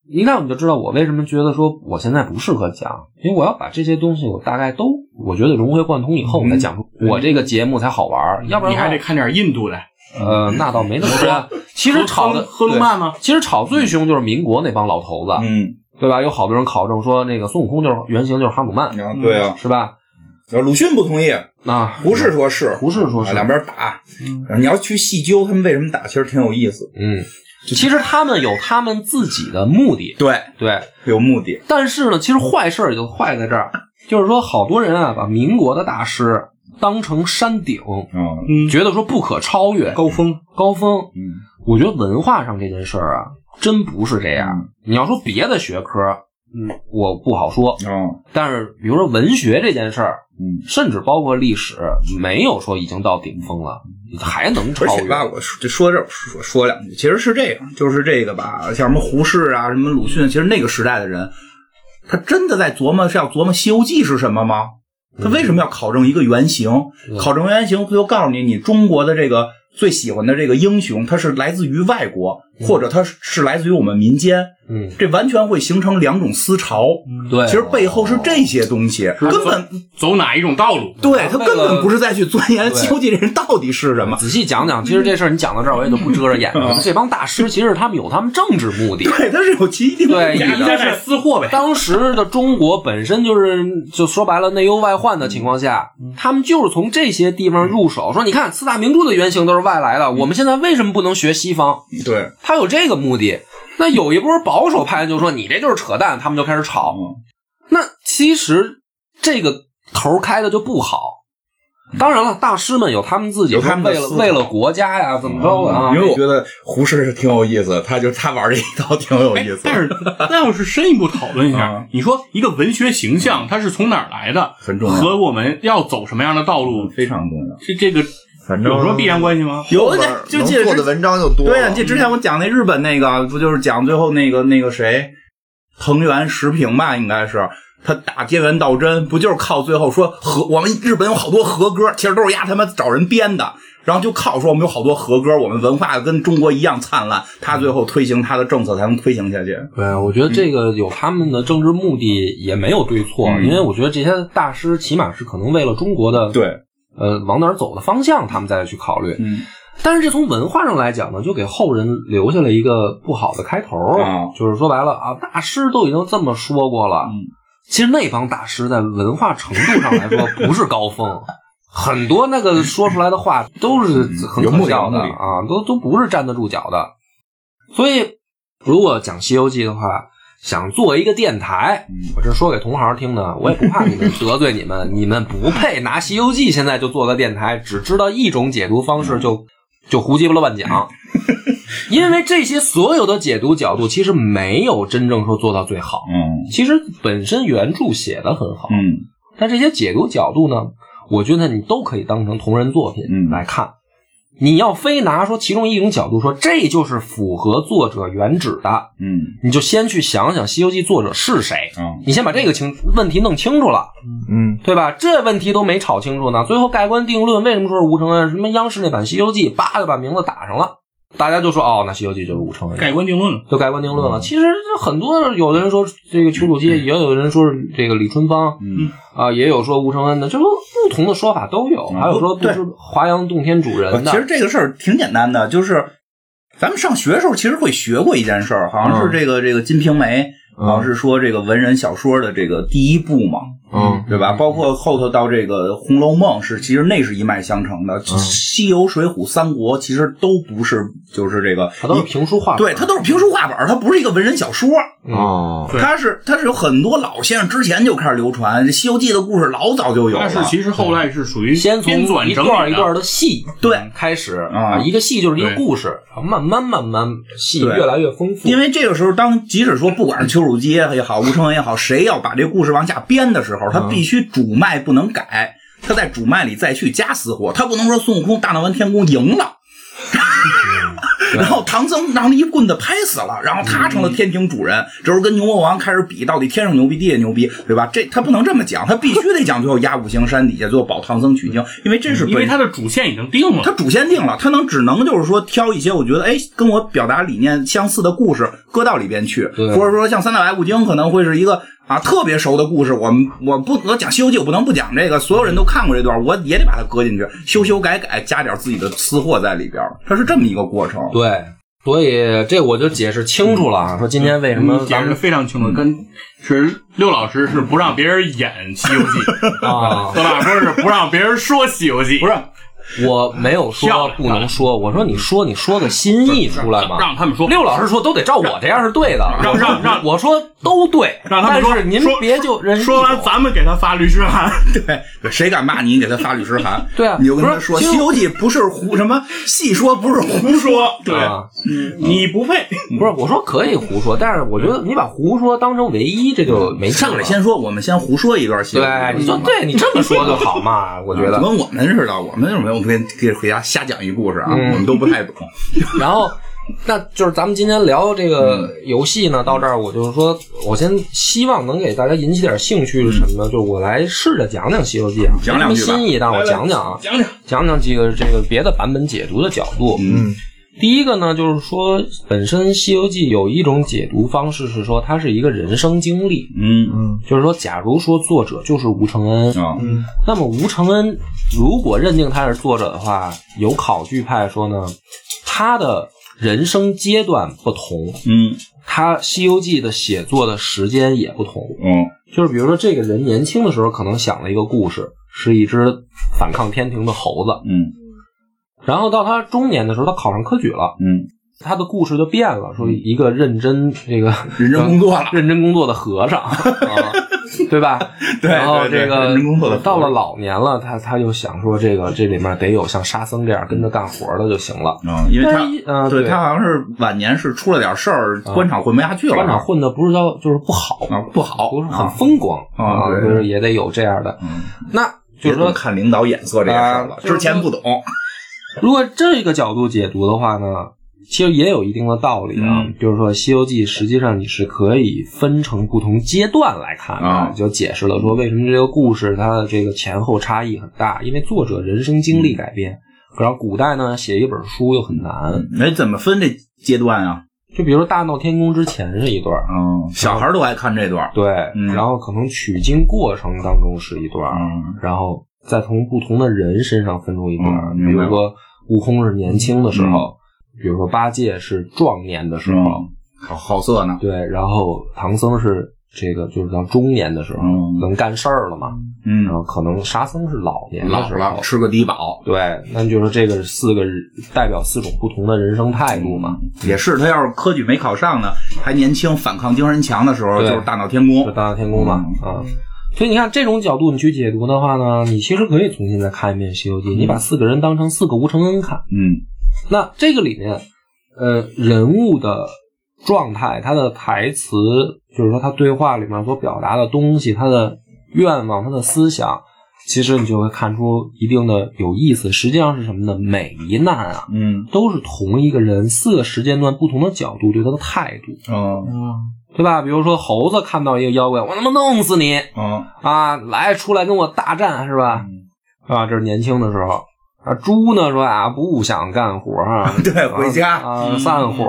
一看我们就知道我为什么觉得说我现在不适合讲，因为我要把这些东西我大概都我觉得融会贯通以后，我再讲出我这个节目才好玩儿。要不然
嗯你
的话
还得看点印度的，
呃，那倒没那么多。其实吵的
喝喝路曼吗？
对其实吵最凶就是民国那帮老头子。
嗯，
对吧？有好多人考证说，那个孙悟空就是原型就是哈姆曼，
然后对啊，
是吧？
然后鲁迅不同意，
啊，
胡适说是，嗯
胡适说是
啊两边打，你要去细究他们为什么打，其实挺有意思，
嗯，其实他们有他们自己的目的，
对，
对。
有目的，
但是呢，其实坏事儿也就坏在这儿，就是说好多人啊，把民国的大师当成山顶，
嗯
嗯，
觉得说不可超越
高峰
高峰。
嗯
我觉得文化上这件事儿啊，真不是这样。
嗯
你要说别的学科，嗯，我不好说。
嗯
但是比如说文学这件事儿，
嗯，
甚至包括历史，没有说已经到顶峰了，还能超
嗯而且
越。
吧，我说就说这儿说说两句，其实是这样，就是这个吧，像什么胡适啊，什么鲁迅，其实那个时代的人，他真的在琢磨是要琢磨《西游记》是什么吗？他为什么要考证一个原型？
嗯
考证原型，他就告诉你，你中国的这个最喜欢的这个英雄，他是来自于外国，或者他是是来自于我们民间，
嗯，
这完全会形成两种思潮。
对，
其实背后是这些东西，根本
走哪一种道路？
对他
为
根本
了
不是在去钻研《
对
西游记》这人到底是什么。
仔细讲讲，其实这事儿你讲到这儿，我也就不遮着 眼了。这帮大师其实他们有他们政治目的。
对，他是有其一定
对
目的
大
的
你
家在私货呗。
当时的中国本身就是，就说白了内忧外患的情况下，
嗯
他们就是从这些地方入手，说你看四大名著的原型都是外来
嗯
的，我们现在为什么不能学西方？
对，
他有这个目的。那有一波保守派就说你这就是扯淡，他们就开始吵。
嗯
那其实这个头开的就不好。当然了，大师们有他们自
嗯
己
有他们的
为了
思考嗯
为了国家呀怎么着的啊？
因为我觉得胡适是挺有意思，他就他玩这一套挺有意思，
但是，那要是深一步讨论一下
啊，
你说一个文学形象它是从哪儿来的，
很重要
和我们要走什么样的道路，
嗯非常重要。
这这个
反正
有什么必然关系吗？
有
后边
的
儿
就
能
记得
做
之
的文章就多了。
对呀，记得之前我讲那日本那个，不就是讲最后那个那个谁，藤原时平吧，应该是。他打街原道真，不就是靠最后说和我们日本有好多和歌，其实都是丫他妈找人编的，然后就靠说我们有好多和歌，我们文化跟中国一样灿烂，他最后推行他的政策才能推行下去。
对，我觉得这个有他们的政治目的，也没有对错，
嗯
因为我觉得这些大师起码是可能为了中国的
对，
呃往哪儿走的方向，他们再去考虑。
嗯，
但是这从文化上来讲呢，就给后人留下了一个不好的开头，
啊
就是说白了啊，大师都已经这么说过了，
嗯
其实那帮大师在文化程度上来说不是高峰。很多那个说出来的话都是
嗯
很
有
可
目的
笑的
有目的
啊，都都不是站得住脚的。所以，如果讲《西游记》的话，想做一个电台，
嗯
我这说给同行听的，我也不怕你们得罪你们，你们不配拿《西游记》现在就做个电台，只知道一种解读方
嗯
式就就胡鸡巴乱讲， 因为这些所有的解读角度其实没有真正说做到最好，
嗯
其实本身原著写的很好，
嗯，
但这些解读角度呢，我觉得你都可以当成同人作品
嗯
来看。你要非拿说其中一种角度说这就是符合作者原旨的，
嗯
你就先去想想《西游记》作者是谁，
嗯
你先把这个清问题弄清楚了，
嗯，
对吧？这问题都没吵清楚呢，最后盖棺定论，为什么说是吴承恩？什么央视那版《西游记》，叭就把名字打上了，大家就说哦，那《西游记》就是吴承恩。
盖棺定论了。
就盖棺定
嗯
论了。其实很多有的人说这个丘处机，也有人说是这个李春芳，
嗯
啊、也有说吴承恩的，这都不同的说法都有。
嗯
还有说不
对
是华阳洞天主人的，
呃其实这个事儿挺简单的，就是咱们上学的时候其实会学过一件事儿，好像是这个、这个《金瓶梅》，好像是说这个文人小说的这个第一部嘛，
嗯
对吧？包括后头到这个《红楼梦》是，其实那是一脉相承的，西游》《水浒》《三国》其实都不是，就是这个
它都是评书画本
对，它都是评书画本儿，它不是一个文人小说。
哦，
对
它是它是有很多老先生之前就开始流传，这《西游记》的故事老早就有啊了。
但是其实后来是属于
先从
编纂
一
整
段
理
一
的，
段的戏
对
开始
啊
一个戏就是一个
对
故事，慢慢慢慢戏
对
越来越丰富。
因为这个时候，当即使说不管是丘处机也好，吴承恩也好，谁要把这故事往下编的时候，
嗯
他必须主脉不能改，他在主脉里再去加私货，他不能说孙悟空大闹完天宫赢了。
嗯
然后唐僧让他一棍子拍死了，然后他
嗯
成了天庭主人，这时候跟牛魔王开始比，到底天上牛逼地下牛逼，对吧？这他不能这么讲，他必须得讲最后压五行山底下，最后保唐僧取经，因为这是
嗯因为
本
它的主线已经定了
他。主线定了，他能只能就是说挑一些我觉得哎跟我表达理念相似的故事搁到里边去，
对啊
或者说像三大白骨精可能会是一个啊特别熟的故事，我们我不我讲《西游记》我不能不讲这个，所有人都看过这段，我也得把它搁进去，修修改改加点自己的私货在里边，它是这么一个过程。
对，所以这我就解释清楚了啊，说今天为什
嗯
么
你解
咱
释的
们嗯
非常清楚，跟是六老师是不让别人演《西游记》，
啊
何大波是不让别人说《西游记》，不是
我没有
漂
说
亮
不能说，我说你说你说个新意出来嘛。
让他们说
六老师说都得照我这样是对的，
让
我说
让让
我说都对，
让他们说
但是您
说
别就人
说完，咱们给他发律师函。
对，谁敢骂你，你给他发律师函。
对啊
你就跟他说，
不
《
是
西游记》不是胡什么细说，不是胡
胡说，对，
啊，
你不配。
不是我说可以胡说，但是我觉得你把胡说当成唯一，这就没劲
上来
了。
先说，我们先胡说一段戏。
对，你就对你这么说就好嘛，我觉
啊就
得。
跟我们似的，我们有没有跟给回家瞎讲一故事啊？
嗯
我们都不太懂。
然后，那就是咱们今天聊这
嗯
个游戏呢，到这儿我就是说，我先希望能给大家引起点兴趣是什么呢？就是我来试着讲讲《西游记》啊，
讲两
没
句
什
吧
么新意，但是我讲讲啊，
讲讲
讲讲几个这个别的版本解读的角度。
嗯，
第一个呢，就是说本身《西游记》有一种解读方式是说它是一个人生经历，
嗯
就是说，假如说作者就是吴承恩，
啊，
那么吴承恩如果认定他是作者的话，有考据派说呢，他的人生阶段不同，
嗯
他《西游记》的写作的时间也不同。
嗯
就是比如说，这个人年轻的时候可能想了一个故事，是一只反抗天庭的猴子，
嗯
然后到他中年的时候，他考上科举了，
嗯，
他的故事就变了，说一个认真这个
认真工作了。
认真工作的和尚，啊， 对吧？
哦 对
然后
对
这
对
个
认真工作的和尚
到了老年了，他他就想说，这个这里面得有像沙僧这样跟着干活的就行了。
啊，因为
但
他
是一嗯
对
对
他好像是晚年是出了点事儿，官场混不下去了，
啊官场混的不是叫就是不好，
啊不好，
不是
啊
很风光
啊对
就是也得有这样的。
嗯，
那就
别
是
总
说，
看领导眼色这件事儿了
啊，就是
之前不懂，
如果这个角度解读的话呢，其实也有一定的道理啊。
嗯
就是说，《西游记》实际上你是可以分成不同阶段来看的，
啊
就解释了说为什么这个故事它的这个前后差异很大，因为作者人生经历改
嗯
变。然后古代呢，写一本书又很难，
哎，怎么分这阶段啊？
就比如说大闹天宫之前是一段儿，
嗯，小孩儿都爱看这段儿，
对，
嗯
然后可能取经过程当中是一段儿，
嗯
然后再从不同的人身上分出一段儿，
嗯
比
明白嗯
如说悟空是年轻的时候，比如说八戒是壮年的时
是
候，
吗？好好色呢，
对，然后唐僧是这个就是到中年的时候、
嗯
能干事儿了嘛，
嗯
然，后可能沙僧是老年的
老
时
了
候，
吃个低保，
对，那就是这个四个人代表四种不同的人生态度嘛，
也是他要是科举没考上呢，还年轻，反抗精神强的时候，就
对
是大闹天宫
就，大闹天宫嘛，
嗯
啊。所以你看，这种角度你去解读的话呢，你其实可以重新再看一遍《西游记》，你把四个人当成四个吴承恩看，
嗯
那这个里面，呃，人物的状态，他的台词，就是说他对话里面所表达的东西，他的愿望，他的思想，其实你就会看出一定的有意思。实际上是什么呢？每一难啊，
嗯
都是同一个人四个时间段不同的角度对他的态度，
嗯
对吧？比如说猴子看到一个妖怪，我他妈弄死你
嗯
啊！来，出来跟我大战是吧？
嗯，
啊，这是年轻的时候。啊，猪呢说啊，不想干活啊，
对，回家，
啊，
嗯
散伙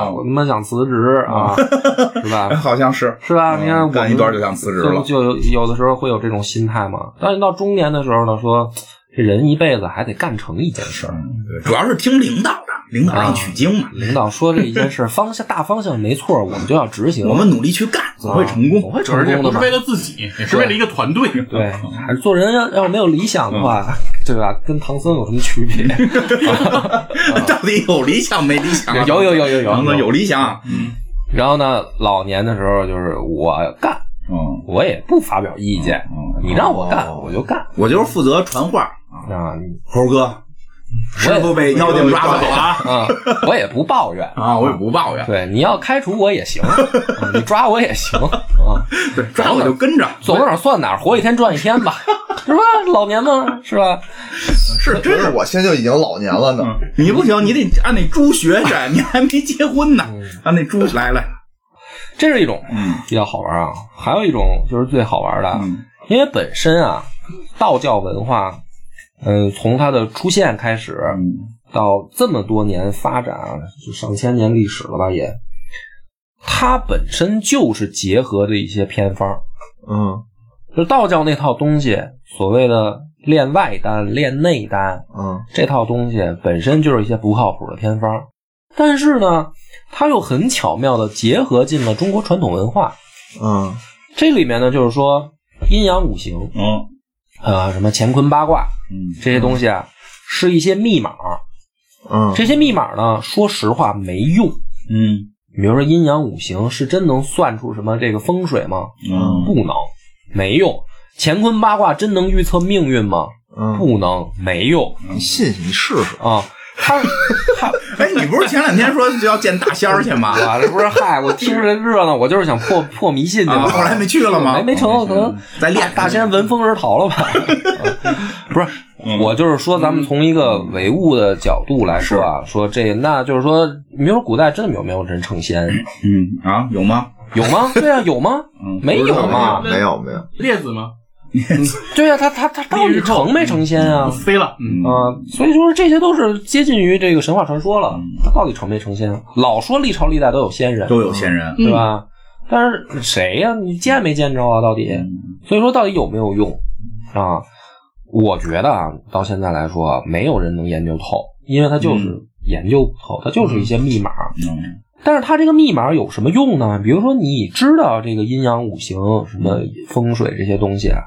嗯哎
我他妈想辞职啊， 是吧？
好像是，
是吧？
嗯
你看我们
干一段就想辞职了
就就有有的时候会有这种心态嘛。但是到中年的时候呢，说这人一辈子还得干成一件事儿。
对主要是听领导的，领导让
啊
取经嘛，
领导说这一件事儿方向大方向没错，我们就要执行。
我们努力去干，总会成
啊
功
总。会成
而且
功的
不是
嘛
为。了自己，也是为了一个团队。
对，
嗯
还是做人要要没有理想的话， 对吧？跟唐僧有什么区别？
到底有理想没理想啊？
有有有有嗯
唐
有
僧有理想，啊
然后呢，老年的时候就是我干，
嗯，
我也不发表意见，
嗯
你让我干
哦
我就干
我就是负责传话啊，
啊！你
猴哥，
嗯我
师
也
傅被妖精抓走了
啊，我也 不抱 怨。
啊，我也不抱怨，
对，你要开除我也行，啊你抓我也行啊，
对，抓我就跟着，
走哪儿算哪儿，活一天赚一天吧， 是吧？老年嘛，是吧？
是
真
真
是
嗯
是。
我现在就已经老年了呢。
你不行，你得按那猪学去，你还没结婚呢，按那猪来来，
这是一种
嗯
比较好玩啊，还有一种就是最好玩的，
嗯
因为本身啊，道教文化，嗯、从它的出现开始，
嗯
到这么多年发展啊，就上千年历史了吧也，它本身就是结合的一些偏方，
嗯
就是道教那套东西，所谓的练外丹、练内丹
嗯
这套东西，本身就是一些不靠谱的偏方。但是呢，它又很巧妙的结合进了中国传统文化。
嗯
这里面呢，就是说阴阳五行
嗯
啊、呃什么乾坤八卦
嗯
这些东西啊，是一些密码。
嗯
这些密码呢，说实话没用。
嗯
比如说阴阳五行，是真能算出什么这个风水吗？
嗯
不能，没用。乾坤八卦真能预测命运吗？
嗯，
不能，没用
你信信，你试试。
啊。他 他
哎，你不是前两天说就要见大仙儿去吗？
啊，这不是嗨，我听着这热闹，我就是想破破迷信去
啊，
嘛。
后来没去了吗？
没没成，可能
再练
大仙闻风而逃了吧？啊不是，我就是说，咱们从一个唯物的角度来说啊，说这那就是说，你说古代真的有没有人成仙？
嗯啊，有吗？
有吗？对啊，有吗？
嗯
没有嘛
不？知道没有没有没有，
列子吗？
对呀、啊，他他他到底成没成仙啊？
飞了，嗯，
啊、所以说这些都是接近于这个神话传说了
嗯。
他到底成没成仙？啊老说历朝历代都有仙人，
都有仙人。
对吧？但是谁呀、你见没见着啊？到底？所以说到底有没有用啊？我觉得啊，到现在来说啊，没有人能研究透，因为它就是研究不透，它就是一些密码。
嗯
但是它这个密码有什么用呢？比如说你知道这个阴阳五行、什么风水这些东西啊，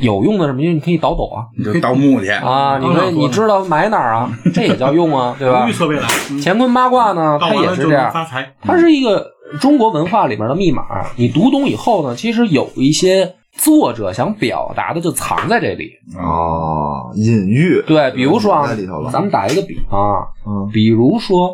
有用的什么？因为你可以倒斗啊
你就盗墓去
啊，你可以
嗯
你知道埋哪儿 啊，这也叫用 啊，对吧
预？测未来，嗯
乾坤八卦呢，
到
它
完
也
了
是
就
这样
能，发财。
它是一个中国文化里面的密码。你读懂以后呢，其实有一些作者想表达的就藏在这里。
啊，
哦，隐喻。
对，比如说啊
在里头了，，
咱们打一个比方啊，
嗯
比如说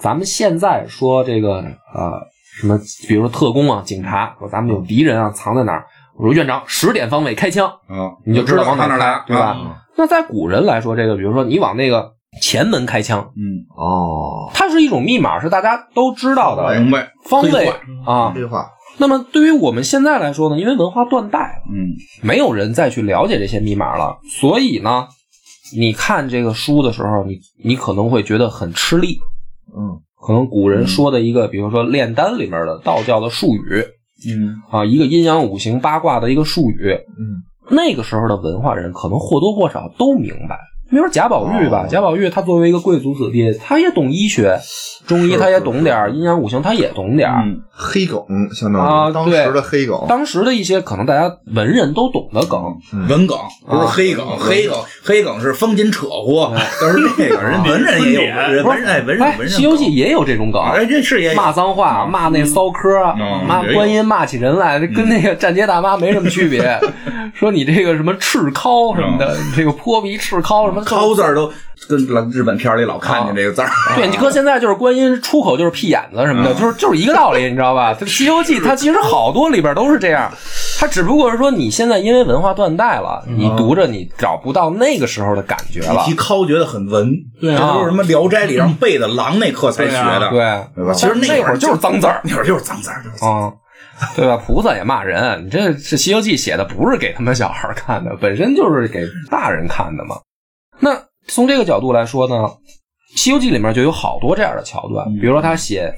咱们现在说这个呃什么，比如说特工啊、警察，说咱们有敌人啊，藏在哪儿？我说院长，十点方位开枪，
嗯
你就知道往哪
我
儿
知道往哪儿
开
来，
对吧？
嗯
那在古人来说，这个比如说你往那个前门开枪，
嗯，
哦，
它是一种密码，是大家都知道的
明白。
方
规
位
划
啊。
这话
那么对于我们现在来说呢，因为文化断代了，
嗯
没有人再去了解这些密码了，所以呢，你看这个书的时候，你你可能会觉得很吃力。
嗯
可能古人说的一个，比如说炼丹里面的道教的术语
嗯
啊，一个阴阳五行八卦的一个术语，
嗯
那个时候的文化人可能或多或少都明白。比如说贾宝玉吧，
哦
贾宝玉他作为一个贵族子弟，他也懂医学，中医
是
他也
是
懂点儿，阴阳五行他也懂点儿。
嗯
黑梗相当
啊
于当
对
时的黑梗，
当时的一些可能大家文人都懂的梗，
嗯
文梗不是
啊
黑梗，黑梗黑梗是封金扯呼，都是这个
啊
人文人也有人文人哎文
哎，
人文人梗。
《西游记》也有这种梗，
哎这是也有
骂脏话，骂那骚科，
嗯
骂
也有嗯
观音骂起人来，跟那个站街大妈没什么区 别。说你这个什么赤尻什么的，
嗯
这个泼皮赤尻什么
抠字儿都跟老日本片儿里老看
啊
见这个字儿。
对，你搁
嗯
现在就是观音出口就是屁眼子什么的，就是就是一个道理，你知 道吧？《西游记》它其实好多里边都是这样，它只不过是说你现在因为文化断代了，你读着你找不到那个时候的感觉了
一嗯提。抠觉得很文，
对
这
啊
都是什么《聊斋》里让背的狼那课才学的，
对，啊
对吧？其
但
实
是那
会
会儿就是脏字儿，
那会儿就是脏字儿，就是
啊，对吧？菩萨也骂人，你这这《西游记》写的不是给他们小孩儿看的，本身就是给大人看的嘛。那从这个角度来说呢，《西游记》里面就有好多这样的桥段，
嗯
比如说他写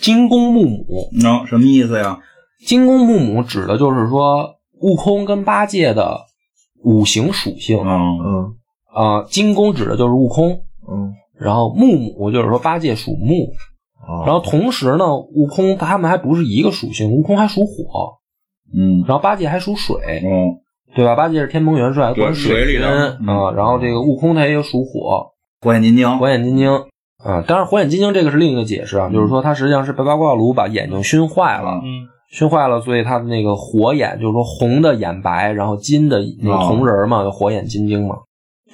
金公木母，
能嗯什么意思呀？
金公木母指的就是说悟空跟八戒的五行属性啊、
嗯
嗯
呃金公指的就是悟空，
嗯，
然后木母就是说八戒属木，
啊
然
然
后同时呢，悟空他们还不是一个属性，悟空还属火，
嗯
然后八戒还属水，
嗯
对吧？八戒是天蓬元帅，
对
管
水里
军
的
啊、
嗯
然后这个悟空他也有属火，
火眼金睛，
火眼金睛啊、当然火眼金睛这个是另一个解释啊，就是说他实际上是被八卦炉把眼睛熏坏了，
嗯，
熏坏了，所以他的那个火眼就是说红的眼白，然后金的那
啊
个红人嘛，火眼金睛嘛，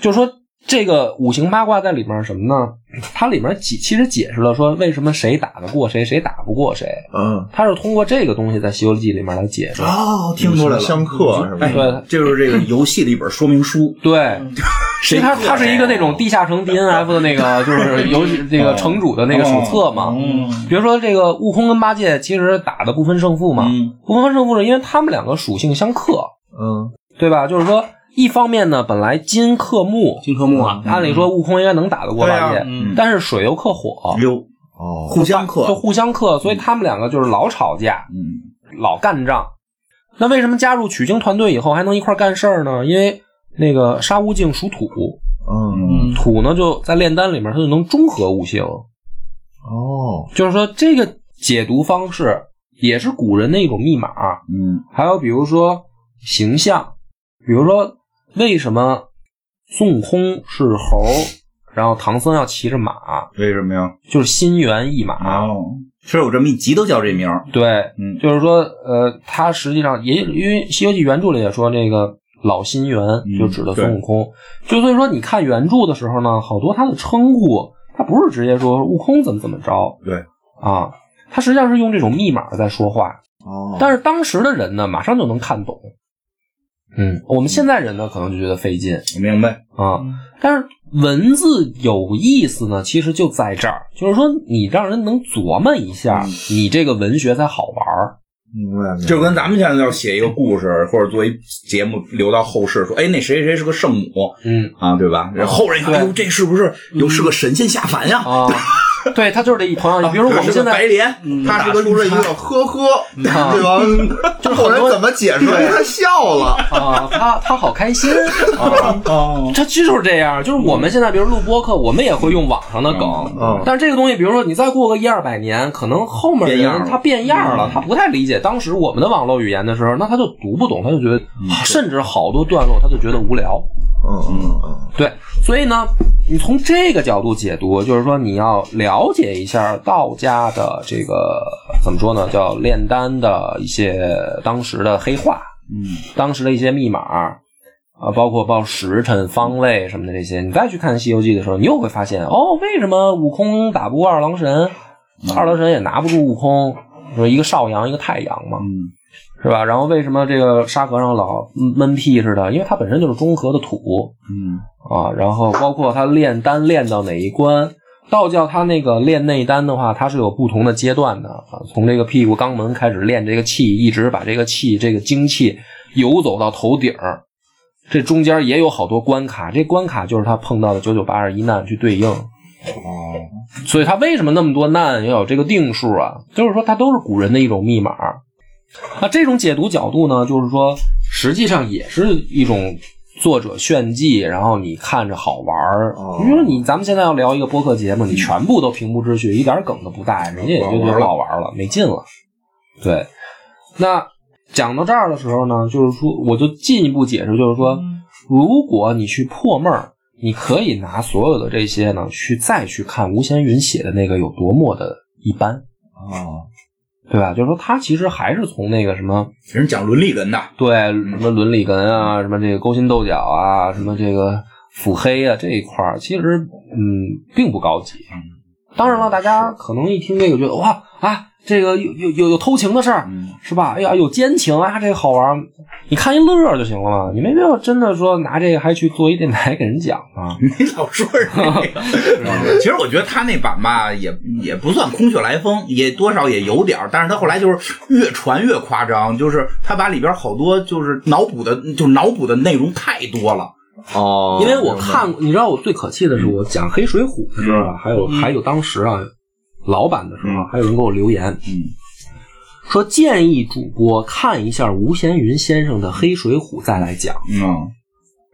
就是说。这个五行八卦在里面是什么呢？它里面解其实解释了说为什么谁打得过谁，谁打不过谁，
嗯
它是通过这个东西在《西游记》里面来解
啊
释。
哦，听出来了，
相克啊是吧
哎
对，
这就是这个游戏的一本说明书。
对，
谁
其实它
克谁
它是一个那种地下城 DNF 的那个，就是 游戏那个城主的那个手册嘛。
哦嗯
比如说这个悟空跟八戒其实打的不分胜负嘛，
嗯
不分胜负是因为他们两个属性相克，
嗯
对吧？就是说一方面呢，本来金克木，
金科目啊，
嗯按理说悟空应该能打得过八
对啊
戒，
嗯，
但是水又克火，
哟，
哦
互相
就
克，
互相克，所以他们两个就是老吵架，
嗯
老干仗。那为什么加入取经团队以后还能一块儿干事儿呢？因为那个沙悟净属土，
嗯
嗯，
土呢就在炼丹里面，它就能中和五行，
哦
就是说这个解读方式也是古人的一种密码。
嗯
还有比如说形象，比如说为什么孙悟空是猴，然后唐僧要骑着马，
为什么呀？
就是心猿意马。
哦，是有这么一集都叫这名儿。
对，
嗯
就是说，呃，他实际上也因为《西游记》原著里也说这个老心猿
嗯
就指的孙悟空，就所以说你看原著的时候呢，好多他的称呼，他不是直接说悟空怎么怎么着，
对
啊，他实际上是用这种密码在说话，
嗯
哦，
但是当时的人呢，马上就能看懂。嗯，我们现在人呢，可能就觉得费劲
我明白。
啊。但是文字有意思呢，其实就在这儿，就是说你让人能琢磨一
嗯
下，你这个文学才好玩儿。
明白明白，
就跟咱们现在要写一个故事，或者做一节目留到后世，说，哎，那谁谁谁是个圣母
嗯
啊，对吧？然后后人一看，
对
哎呦，这是不是又是个神仙下凡呀？
啊，对 他就是这一朋友，比如
比
说我们现
白
在
莲，
他
嗯打
是出
出
了
了
一
一
个
个
呵呵，
啊
对吧？
就是
后
很
人
多
怎么解释？他笑了，
啊，他他好开心啊。
哦， 嗯
他就是这样，就是我们现在比如录播客，我们也会用网上的梗，
嗯
但是这个东西，比如说你再过个一二百年，可能后面的
变样
人
了
他变样
嗯
了，他不太理解当时我们的网络语言的时候，那他就读不懂，他就觉得，啊甚至好多段落他就觉得无聊。
嗯嗯嗯，
对，所以呢，你从这个角度解读，就是说你要了解一下道家的这个怎么说呢，叫炼丹的一些当时的黑话，
嗯，
当时的一些密码啊，包括报时辰、方位什么的这些，你再去看《西游记》的时候，你又会发现哦，为什么悟空打不过二郎神，二郎神也拿不住悟空，说一个少阳，一个太阳嘛，
嗯
是吧？然后为什么这个沙和尚老闷屁似的？因为他本身就是中和的土
嗯
啊，然后包括他炼丹炼到哪一关。道教他那个炼内丹的话，它是有不同的阶段的啊，从这个屁股肛门开始炼这个气，一直把这个气这个精气游走到头顶儿，这中间也有好多关卡，这关卡就是他碰到的九九八十一难去对应。
哦，
所以他为什么那么多难要有这个定数啊？就是说它都是古人的一种密码。那这种解读角度呢，就是说实际上也是一种作者炫技，然后你看着好玩儿
哦。
比如说你咱们现在要聊一个播客节目，你全部都平铺直叙，一点梗都不带，人家也就觉得不好玩了，没劲了。对，那讲到这儿的时候呢，就是说我就进一步解释，就是说，如果你去破闷儿，你可以拿所有的这些呢，去再去看吴闲云写的那个有多么的一般，
啊
哦，
对吧？就是说他其实还是从那个什么
人讲伦理 根的，
对什么伦理根啊，什么这个勾心斗角啊，什么这个腹黑啊这一块儿，其实嗯并不高级。当然了，大家可能一听这个觉得哇啊，这个有有有有偷情的事儿，
嗯
是吧？哎呀，有奸情啊，这个好玩儿，你看一乐儿就行了嘛，你没必要真的说拿这个还去做一电台给人讲啊。
你老说人 这个。其实我觉得他那版吧，也也不算空穴来风，也多少也有点儿但是他后来就是越传越夸张，就是他把里边好多就是脑补的，就脑补的内容太多了。
哦，
因为我看，你知道我最可气的是，我讲《黑水浒》的时候啊，还有还有当时啊，老版的时候啊，还有人给我留言，
嗯，
说建议主播看一下吴闲云先生的《黑水浒》再来讲。
嗯，哦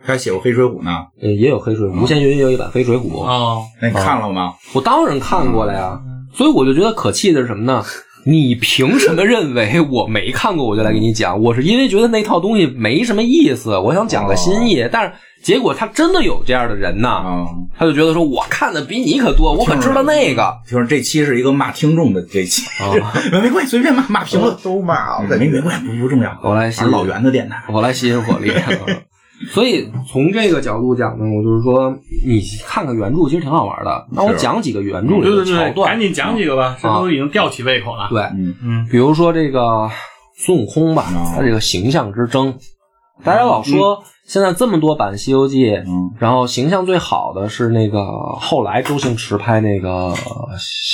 还写过《黑水浒》呢，
呃，也有《黑水浒》，吴闲云也有一版《黑水浒》
哦，
那你看了吗？
我当然看过了呀。所以我就觉得可气的是什么呢？你凭什么认为我没看过我就来给你讲？我是因为觉得那套东西没什么意思，我想讲个新意。但是结果他真的有这样的人呐，
啊，
他就觉得说我看的比你可多，我可知道那个
就是这期是一个骂听众的这 期，
啊。
没关系，随便骂骂评
都
论，
都骂了，
没没关系，不不重要。
我来
反正老袁的电台，
我来吸引火力。啊 所以从这个角度讲呢，我就是说，你看看原著其实挺好玩的。那我讲几个原著
对
里
对
的桥
对，
段啊
赶，紧讲几个吧，这都已经吊起胃口了。
对，
嗯
嗯，
比如说这个孙悟空吧
嗯，
他这个形象之争，大家老说现在这么多版《西游记》，
嗯
然后形象最好的是那个后来周星驰拍那个呃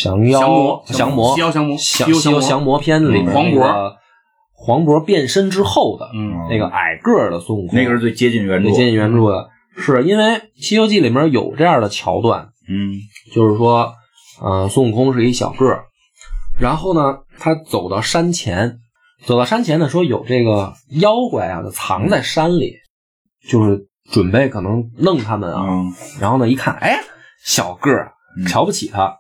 降
降
妖
魔
降魔
西游降魔
降
西游
西游
降魔
降魔篇里边
黄
那个黄渤变身之后的
嗯
那个矮个儿的孙悟空，
那个是最接近原著
最，接近原著的，是因为《西游记》里面有这样的桥段，
嗯
就是说，呃，孙悟空是一小个儿，然后呢，他走到山前，走到山前呢，说有这个妖怪啊，就藏在山里，就是准备可能弄他们啊。
嗯
然后呢，一看，哎，小个儿
嗯，
瞧不起他。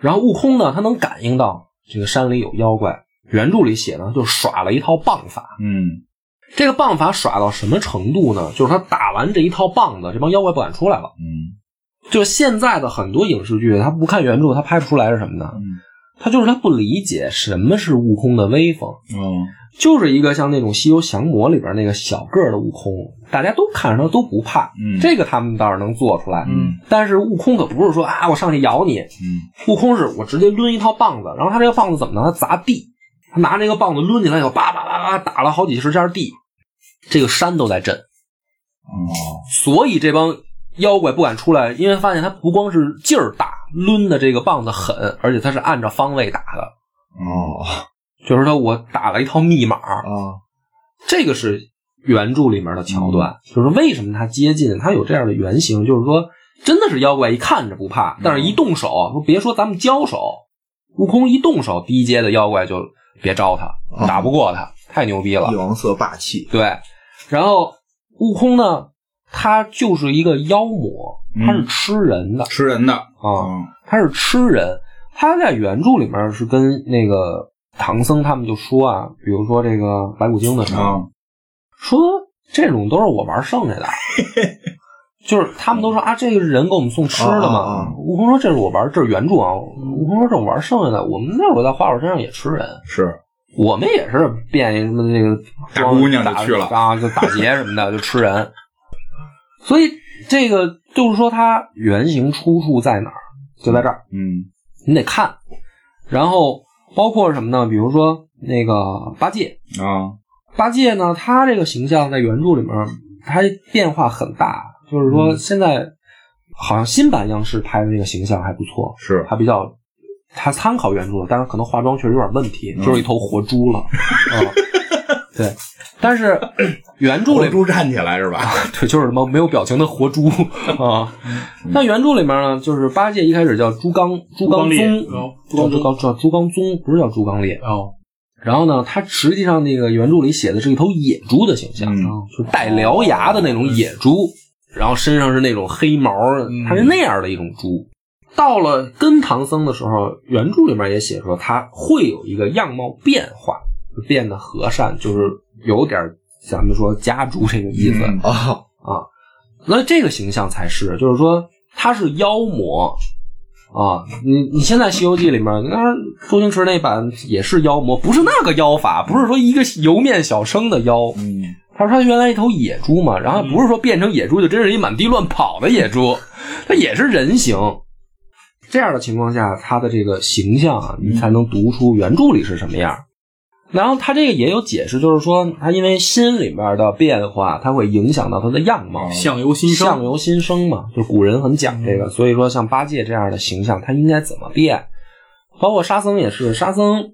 然后悟空呢，他能感应到这个山里有妖怪。原著里写呢，就耍了一套棒法，
嗯
这个棒法耍到什么程度呢？就是他打完这一套棒子，这帮妖怪不敢出来了。
嗯
就是现在的很多影视剧，他不看原著，他拍不出来是什么呢？他就是他不理解什么是悟空的威风，
嗯
就是一个像那种《西游降魔》里边那个小个儿的悟空，大家都看上他都不怕，
嗯
这个他们倒是能做出来。
嗯
但是悟空可不是说啊，我上去咬你，
嗯
悟空是我直接抡一套棒子，然后他这个棒子怎么呢？他砸地，他拿那个棒子抡起来以后，叭叭叭叭打了好几十下地，这个山都在震。
哦
所以这帮妖怪不敢出来，因为发现他不光是劲儿大，抡的这个棒子狠，而且他是按照方位打的，
哦
就是说我打了一套密码，
啊
这个是原著里面的桥段，就是为什么他接近，他有这样的原型，就是说真的是妖怪一看着不怕，但是一动手，别说咱们交手，悟空一动手，低阶的妖怪就别招他，打不过他，太牛逼了
帝。王色霸气，
对，然后悟空呢，他就是一个妖魔，
嗯
他是吃人的、
吃人的，
啊，他是吃人。他在原著里面是跟那个唐僧他们就说啊，比如说这个白骨精的时候，
啊
说这种都是我玩剩下的，就是他们都说啊，这个人给我们送吃的嘛。
啊啊啊
悟空说这是我玩，这是原著啊。悟空说这我玩剩下的，我们那会儿在花果山上也吃人，
是
我们也是变一什么这个
大姑娘就
打
去了
啊，就打劫什么的就吃人，所以这个就是说它原型出处在哪儿，就在这儿，
嗯
你得看。然后包括什么呢？比如说那个八戒，
啊
八戒呢，他这个形象在原著里面他变化很大，就是说现在好像新版央视拍的那个形象还不错，
是
还比较。他参考原著了，但是可能化妆确实有点问题，就是一头活猪了。啊、对，但是呃原著里
活猪站起来是吧？
对，就是什么没有表情的活猪啊。那原著里面呢，就是八戒一开始叫朱刚，朱刚宗，叫
朱刚烈
朱刚叫朱刚宗，不是叫朱刚烈。
哦，
然后呢，他实际上那个原著里写的是一头野猪的形象，
嗯
就是带獠牙的那种野猪，然后身上是那种黑毛，
嗯
它是那样的一种猪。到了跟唐僧的时候，原著里面也写说他会有一个样貌变化，就变得和善，就是有点儿咱们说家猪这个意思。
嗯
啊，
啊，那这个形象才是，就是说他是妖魔啊。你你现在《西游记》里面，当然周星驰那版也是妖魔，不是那个妖法，不是说一个油面小生的妖。
嗯
他说他原来一头野猪嘛，然后不是说变成野猪就真是一满地乱跑的野猪，他也是人形。这样的情况下，他的这个形象啊，你才能读出原著里是什么样。然后他这个也有解释，就是说他因为心里面的变化，他会影响到他的样貌。
相由心生，
相由心生嘛，就是古人很讲这个，所以说像八戒这样的形象，他应该怎么变？包括沙僧也是，沙僧，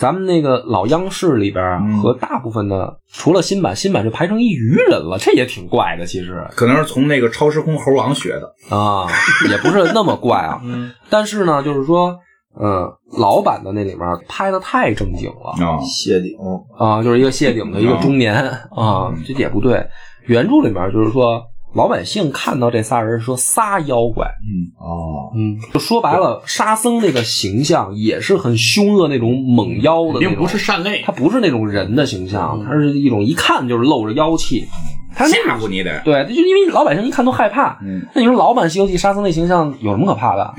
咱们那个老央视里边啊
嗯
和大部分的，除了新版，新版就排成一鱼人了，这也挺怪的，其实
可能是从那个超时空猴王学的。
啊，也不是那么怪啊。但是呢，就是说，嗯，老版的那里面拍的太正经了，
哦
啊
谢顶，
啊，就是一个谢顶的一个中年啊，这也不对。原著里面就是说，老百姓看到这仨人说仨妖怪，
嗯哦
嗯，
就说白了，沙僧这个形象也是很凶恶那种猛妖的
肯
那种，
定不是嗯善类
他，不是那种人的形象，他是一种一看就是露着妖气，他是那
吓
种
唬你得，
对，就因为老百姓一看都害怕。
嗯
那你说老版《西游记》沙僧那形象有什么可怕的？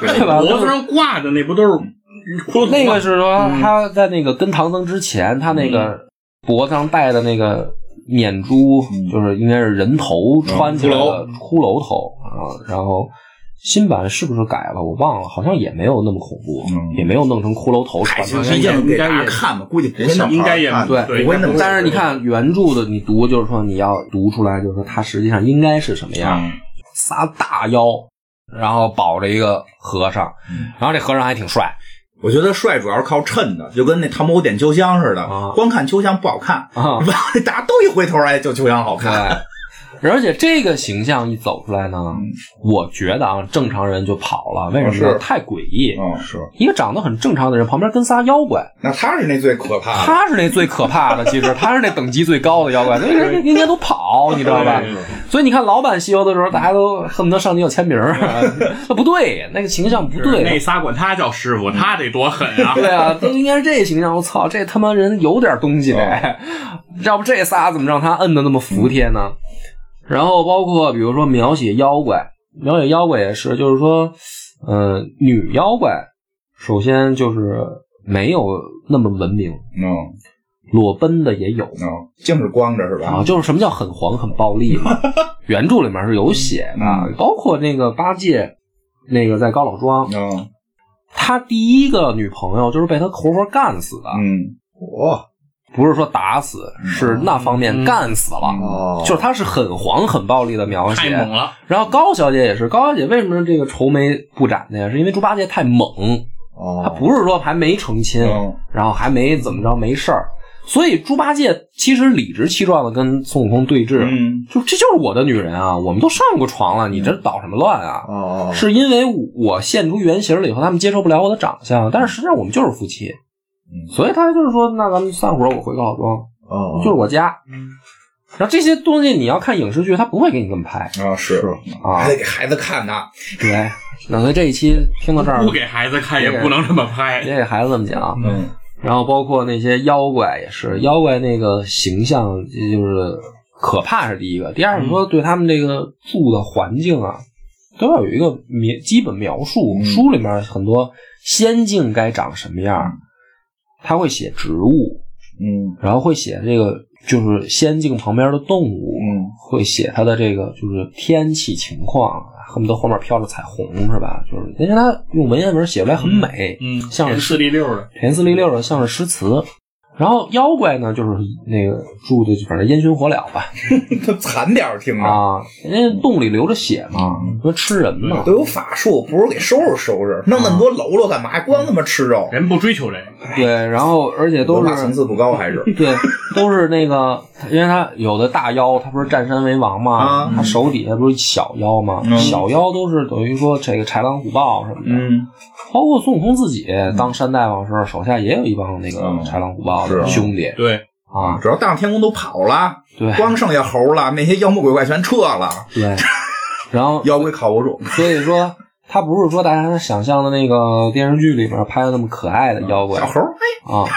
对吧
脖子上挂的那不都是骷髅头
那
吗
个是说他在那个跟唐僧之前，他那个脖子上戴的那个念珠，
嗯
就是应该是人头穿起来的
嗯
骷髅头啊。然后新版是不是改了？我忘了，好像也没有那么恐怖，
嗯
也没有弄成骷髅头
海
穿
清推
上去。
荐给大家看吧，估计不会那么
应该也
看
对，
对
不会那么
但是你看原著的，你读就是说你要读出来，就是说它实际上应该是什么样，
嗯
仨大妖，然后保着一个和尚，然后这和尚还挺帅，
我觉得帅主要是靠衬的，就跟那唐伯虎点秋香似的
啊，
光看秋香不好看，
啊
完了 大家都一回头，哎，就秋香好看。
对，而且这个形象一走出来呢，我觉得啊，正常人就跑了，为什么呢？
是
太诡异。
嗯
哦是
一个长得很正常的人，旁边跟仨妖怪，
那他是那最可怕的，
他是那最可怕的，其实他是那等级最高的妖怪，那人人家都跑好，你知道吧？所以你看老版西游的时候，大家都恨不得上去要签名儿， 那不对，那个形象不对。啊
那仨管他叫师傅，他得多狠啊！
对啊， 都应该是这形象。我操，这他妈人有点东
哦
西呗，要不这仨怎么让他摁的那么服帖
嗯
呢？然后包括比如说描写妖怪，描写妖怪也是，就是说，呃，女妖怪首先就是没有那么文明，
嗯
裸奔的也有
嗯，净是光着是
啊，
吧？
就是什么叫很黄很暴力 嘛，原著里面是有写的
嗯，
包括那个八戒，那个在高老庄，
嗯
他第一个女朋友就是被他活活干死的，
嗯
我
不是说打死，是那方面干死了。
哦，
就是他是很黄很暴力的描
太猛
写，
了，
然后高小姐也是，高小姐为什么这个愁眉不展呢？是因为猪八戒太猛，他
哦，
不是说还没成亲，
嗯
然后还没怎么着没事儿，所以猪八戒其实理直气壮的跟孙悟空对峙，
嗯
就这就是我的女人啊，我们都上过床了，你这捣什么乱啊？
哦，
是因为我现出原形了以后，他们接受不了我的长相，但是实际上我们就是夫妻，所以他就是说，那咱们散伙，我回高老庄，
哦，
就是我家。
嗯
然后这些东西你要看影视剧，他不会给你这么拍
啊是，
啊
哎
还。得给孩子看呢。
对，那所以这一期听到这儿
不，给孩子看也不能这么拍
别。给孩子这么讲。
嗯
然后包括那些妖怪也是，妖怪那个形象就是可怕是第一个，第
嗯
二个说对他们这个住的环境啊，都要有一个描基本描
嗯
述。书里面很多仙境该长什么样，他会写植物，
嗯
然后会写这个就是仙境旁边的动物，
嗯
会写它的这个就是天气情况，恨不得后面飘着彩虹是吧？就是因为它用文言文写出来很美，
嗯，
像
前
是
四第六的，
田四零六的像是诗词。然后妖怪呢，就是那个住的反正烟熏火燎吧，
他惨点儿听着，
啊，人家洞里流着血嘛，说吃人嘛，
都有法术，不如给收拾收拾，弄那么多喽啰干嘛？光他妈吃肉，
人不追求这个，
对，然后而且都
文化
是
层次不高还是？
对，都是那个，因为他有的大妖，他不是占山为王嘛，
啊
他手底下不是小妖嘛，
嗯
小妖都是等于说这个豺狼虎豹什么的，
嗯
包括孙悟空自己当山大王的时候，手下也有一帮那个
嗯
豺狼虎豹
是
的
啊
兄弟、
对，
啊，
嗯主要大闹天宫都跑了，
对
光剩下猴了，那些妖魔鬼怪全撤了，
对，然后
妖怪靠不住。
所以说。他不是说大家想象的那个电视剧里面拍的那么可爱的妖怪
小
啊！
猴，哎，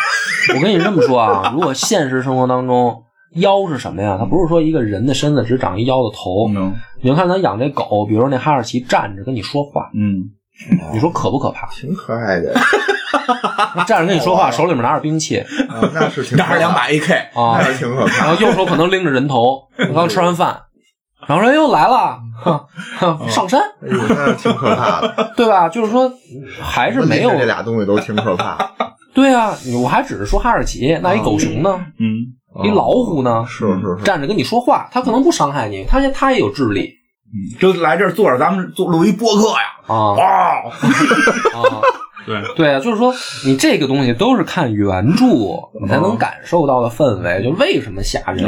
我跟你这么说啊，如果现实生活当中妖是什么呀？它不是说一个人的身子只长一妖的头，
嗯
你就看咱养这狗，比如说那哈士奇站着跟你说话，
嗯
哦
你说可不可怕？
挺可爱的，
站着跟你说
哦
话，手里面拿着兵 器
啊那是挺可
拿
怕
着两把 AK，
啊
那，是挺可怕
然后右手可能拎着人 头，刚吃完饭，然后说哎又来了，
哦
哼哼 上山，
哎呦，那是挺可怕的。
对吧？就是说还是没有
拎着这俩东西都挺可怕，
对啊，我还只是说哈士奇，那一狗熊呢，
嗯
一老虎呢，
哦是是是，
站着跟你说话，它可能不伤害你，它也它也有智力
就来这儿坐着，咱们做录一播客呀。
啊
哦，
啊。
对，
对啊，就是说你这个东西都是看原著，你才
嗯
能感受到的氛围。就为什么吓人？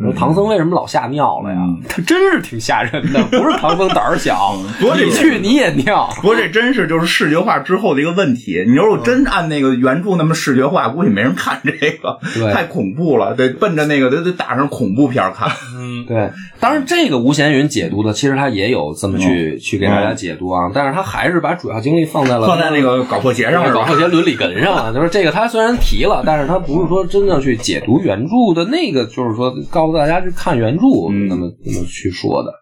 说唐僧为什么老吓尿了呀？
嗯
他真是挺吓人的，不是唐僧胆儿小，
多这
你去你也尿。
不过这真是就是视觉化之后的一个问题。你如果真按那个原著那么视觉化，估计没人看这个，
对
太恐怖了。得奔着那个得得打上恐怖片儿看。
嗯，
对，当然这个吴闲云解读的，其实他也有这么去、去给大家解读啊，但是他还是把主要精力放在了
嗯放在那个搞破鞋上是
搞
吧？
科学伦理根上啊，就是这个他虽然提了，但是他不是说真正去解读原著的那个，就是说告诉大家去看原著
嗯
那么那么去说的。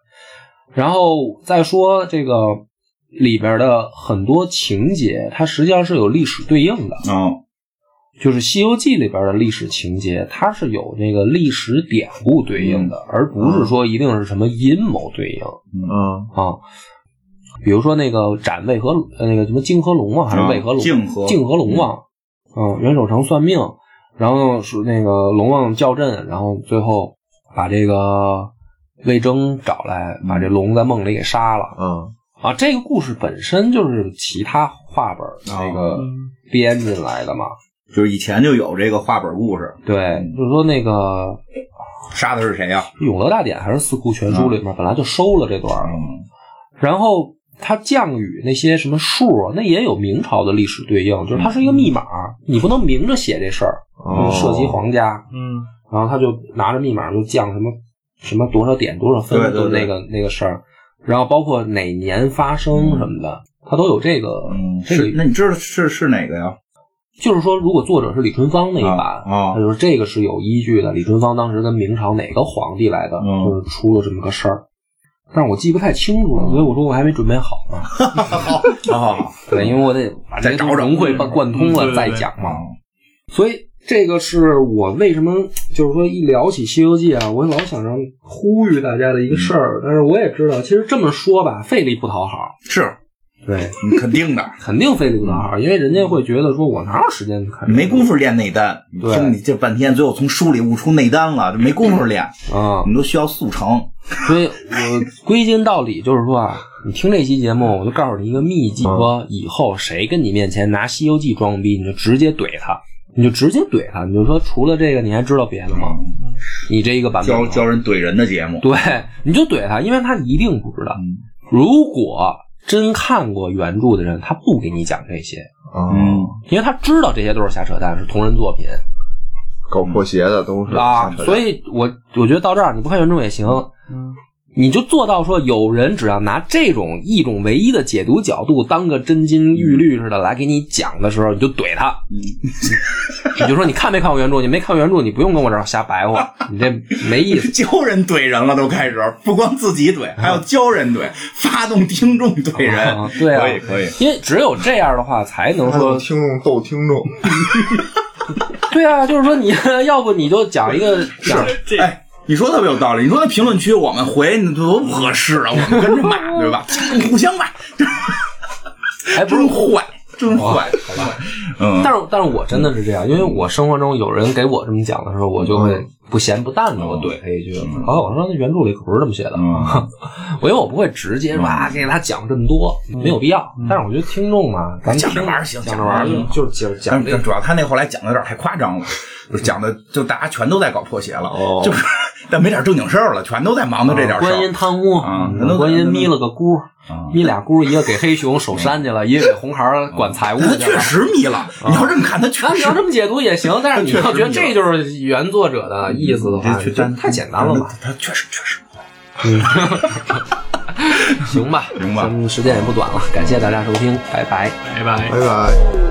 然后再说这个里边的很多情节，它实际上是有历史对应的，
嗯
就是《西游记》里边的历史情节，它是有那个历史典故对应的，而不是说一定是什么阴谋对应。
嗯，
啊。比如说那个斩魏和呃那个什么泾河龙王还是
啊
魏和龙？
泾河
泾河龙王，嗯，袁守诚算命，然后是那个龙王叫阵，然后最后把这个魏征找来，把
嗯
这龙在梦里给杀了
嗯
啊。这个故事本身就是其他画本
啊
那个编进来的嘛。
就是以前就有这个话本故事，
对，
嗯
就是说那个
杀的是谁呀？
《永乐大典》还是《四库全书》里面本来就收了这段儿，
嗯
然后它降雨那些什么数，那也有明朝的历史对应，就是它是一个密码，你不能明着写这事儿，
哦
涉及皇家。
嗯，
然后他就拿着密码就降什么什么多少点多少分
对对
都
对
那个那个事儿，然后包括哪年发生什么的，它都有这个
嗯
这个
是，那你知道是是哪个呀？
就是说，如果作者是李淳风那一版，
啊啊
他就是这个是有依据的。李淳风当时跟明朝哪个皇帝来的，
嗯
就是出了这么个事儿，但是我记不太清楚了，所以我说我还没准备好呢。
啊，
对，因为我得把这
再找找
融会贯贯通
嗯
了
对
再
对
讲嘛。
嗯
所以这个是我为什么就是说一聊起《西游记》啊，我老想让呼吁大家的一个事儿，但是我也知道，其实这么说吧，费力不讨好。
是
对，
嗯肯定的，
肯定费力不讨好，因为人家会觉得说我哪有时间去看这个？
没工夫练内丹。
对
兄弟，这半天最后从书里悟出内丹了，这没工夫练，
啊
我，们都需要速成。
所以我归根到底就是说啊，你听这期节目，我就告诉你一个秘
嗯
籍，说以后谁跟你面前拿《西游记》装逼，你就直接怼他，你就直接怼他，你就说除了这个你还知道别的吗？你这一个版
嗯
本
教
吗
教人怼人的节目，
对，你就怼他，因为他一定不知道。
嗯
如果真看过原著的人，他不给你讲这些，
嗯，
因为他知道这些都是瞎扯淡，是同人作品。
搞破鞋的都是
啊，
嗯
所
以
以我我觉得到这儿你不看原著也行，你就做到说有人只要拿这种一种唯一的解读角度当个真
嗯
金玉律似的来给你讲的时候，你就怼他， 你就说你看没看过原著，你没看过原著，你不用跟我这儿瞎白话，你这没意思。
教人怼人了，都开始 不光自己怼，还要教人怼，发动听众怼人。
嗯啊对啊
可以可以，嗯
因为只有这样的话，才能
他有
说
听众逗听众，
对啊，就是说你 要不你就讲一个讲
这
哎。你说特别有道理，你说那评论区我们回那多不合适 啊，我们跟着骂对吧？互相骂，
哎不
真
是，
坏，真坏，好吧？嗯，
但是但是我真的是这样，因为我生活中有人给我这么讲的时候，我就
嗯
会不咸不淡
哦
的我怼他一句，啊，我说那原著里可不是这么写的，
嗯
我因为我不会直
嗯
接说啊给他讲这么多，没有必要。但是我觉得听众嘛，咱们
讲着
听
玩儿行讲
讲着
着
玩
玩
儿
儿
就就是讲
但
讲这
但
个
主要他那后来讲的有点太夸张了，就讲的就大家全都在搞破鞋了，
哦
就是但没点正经事儿了，全都在忙的这点事
观
儿
音。贪污嗯
啊咱都，啊
观音眯了个箍，眯俩箍，一个给黑熊守山去了，一个给红孩儿管财务去
他
了。
嗯确实迷了，你要这么看，他确
啊，你
实
要这么解读也行，但是你要觉得这就是原作者的意思的话，
嗯这
这太简单了吧？？
他确实确实，
行吧，
行吧
咱们时间也不短了，感谢大家收听，拜拜。
拜拜。
拜拜。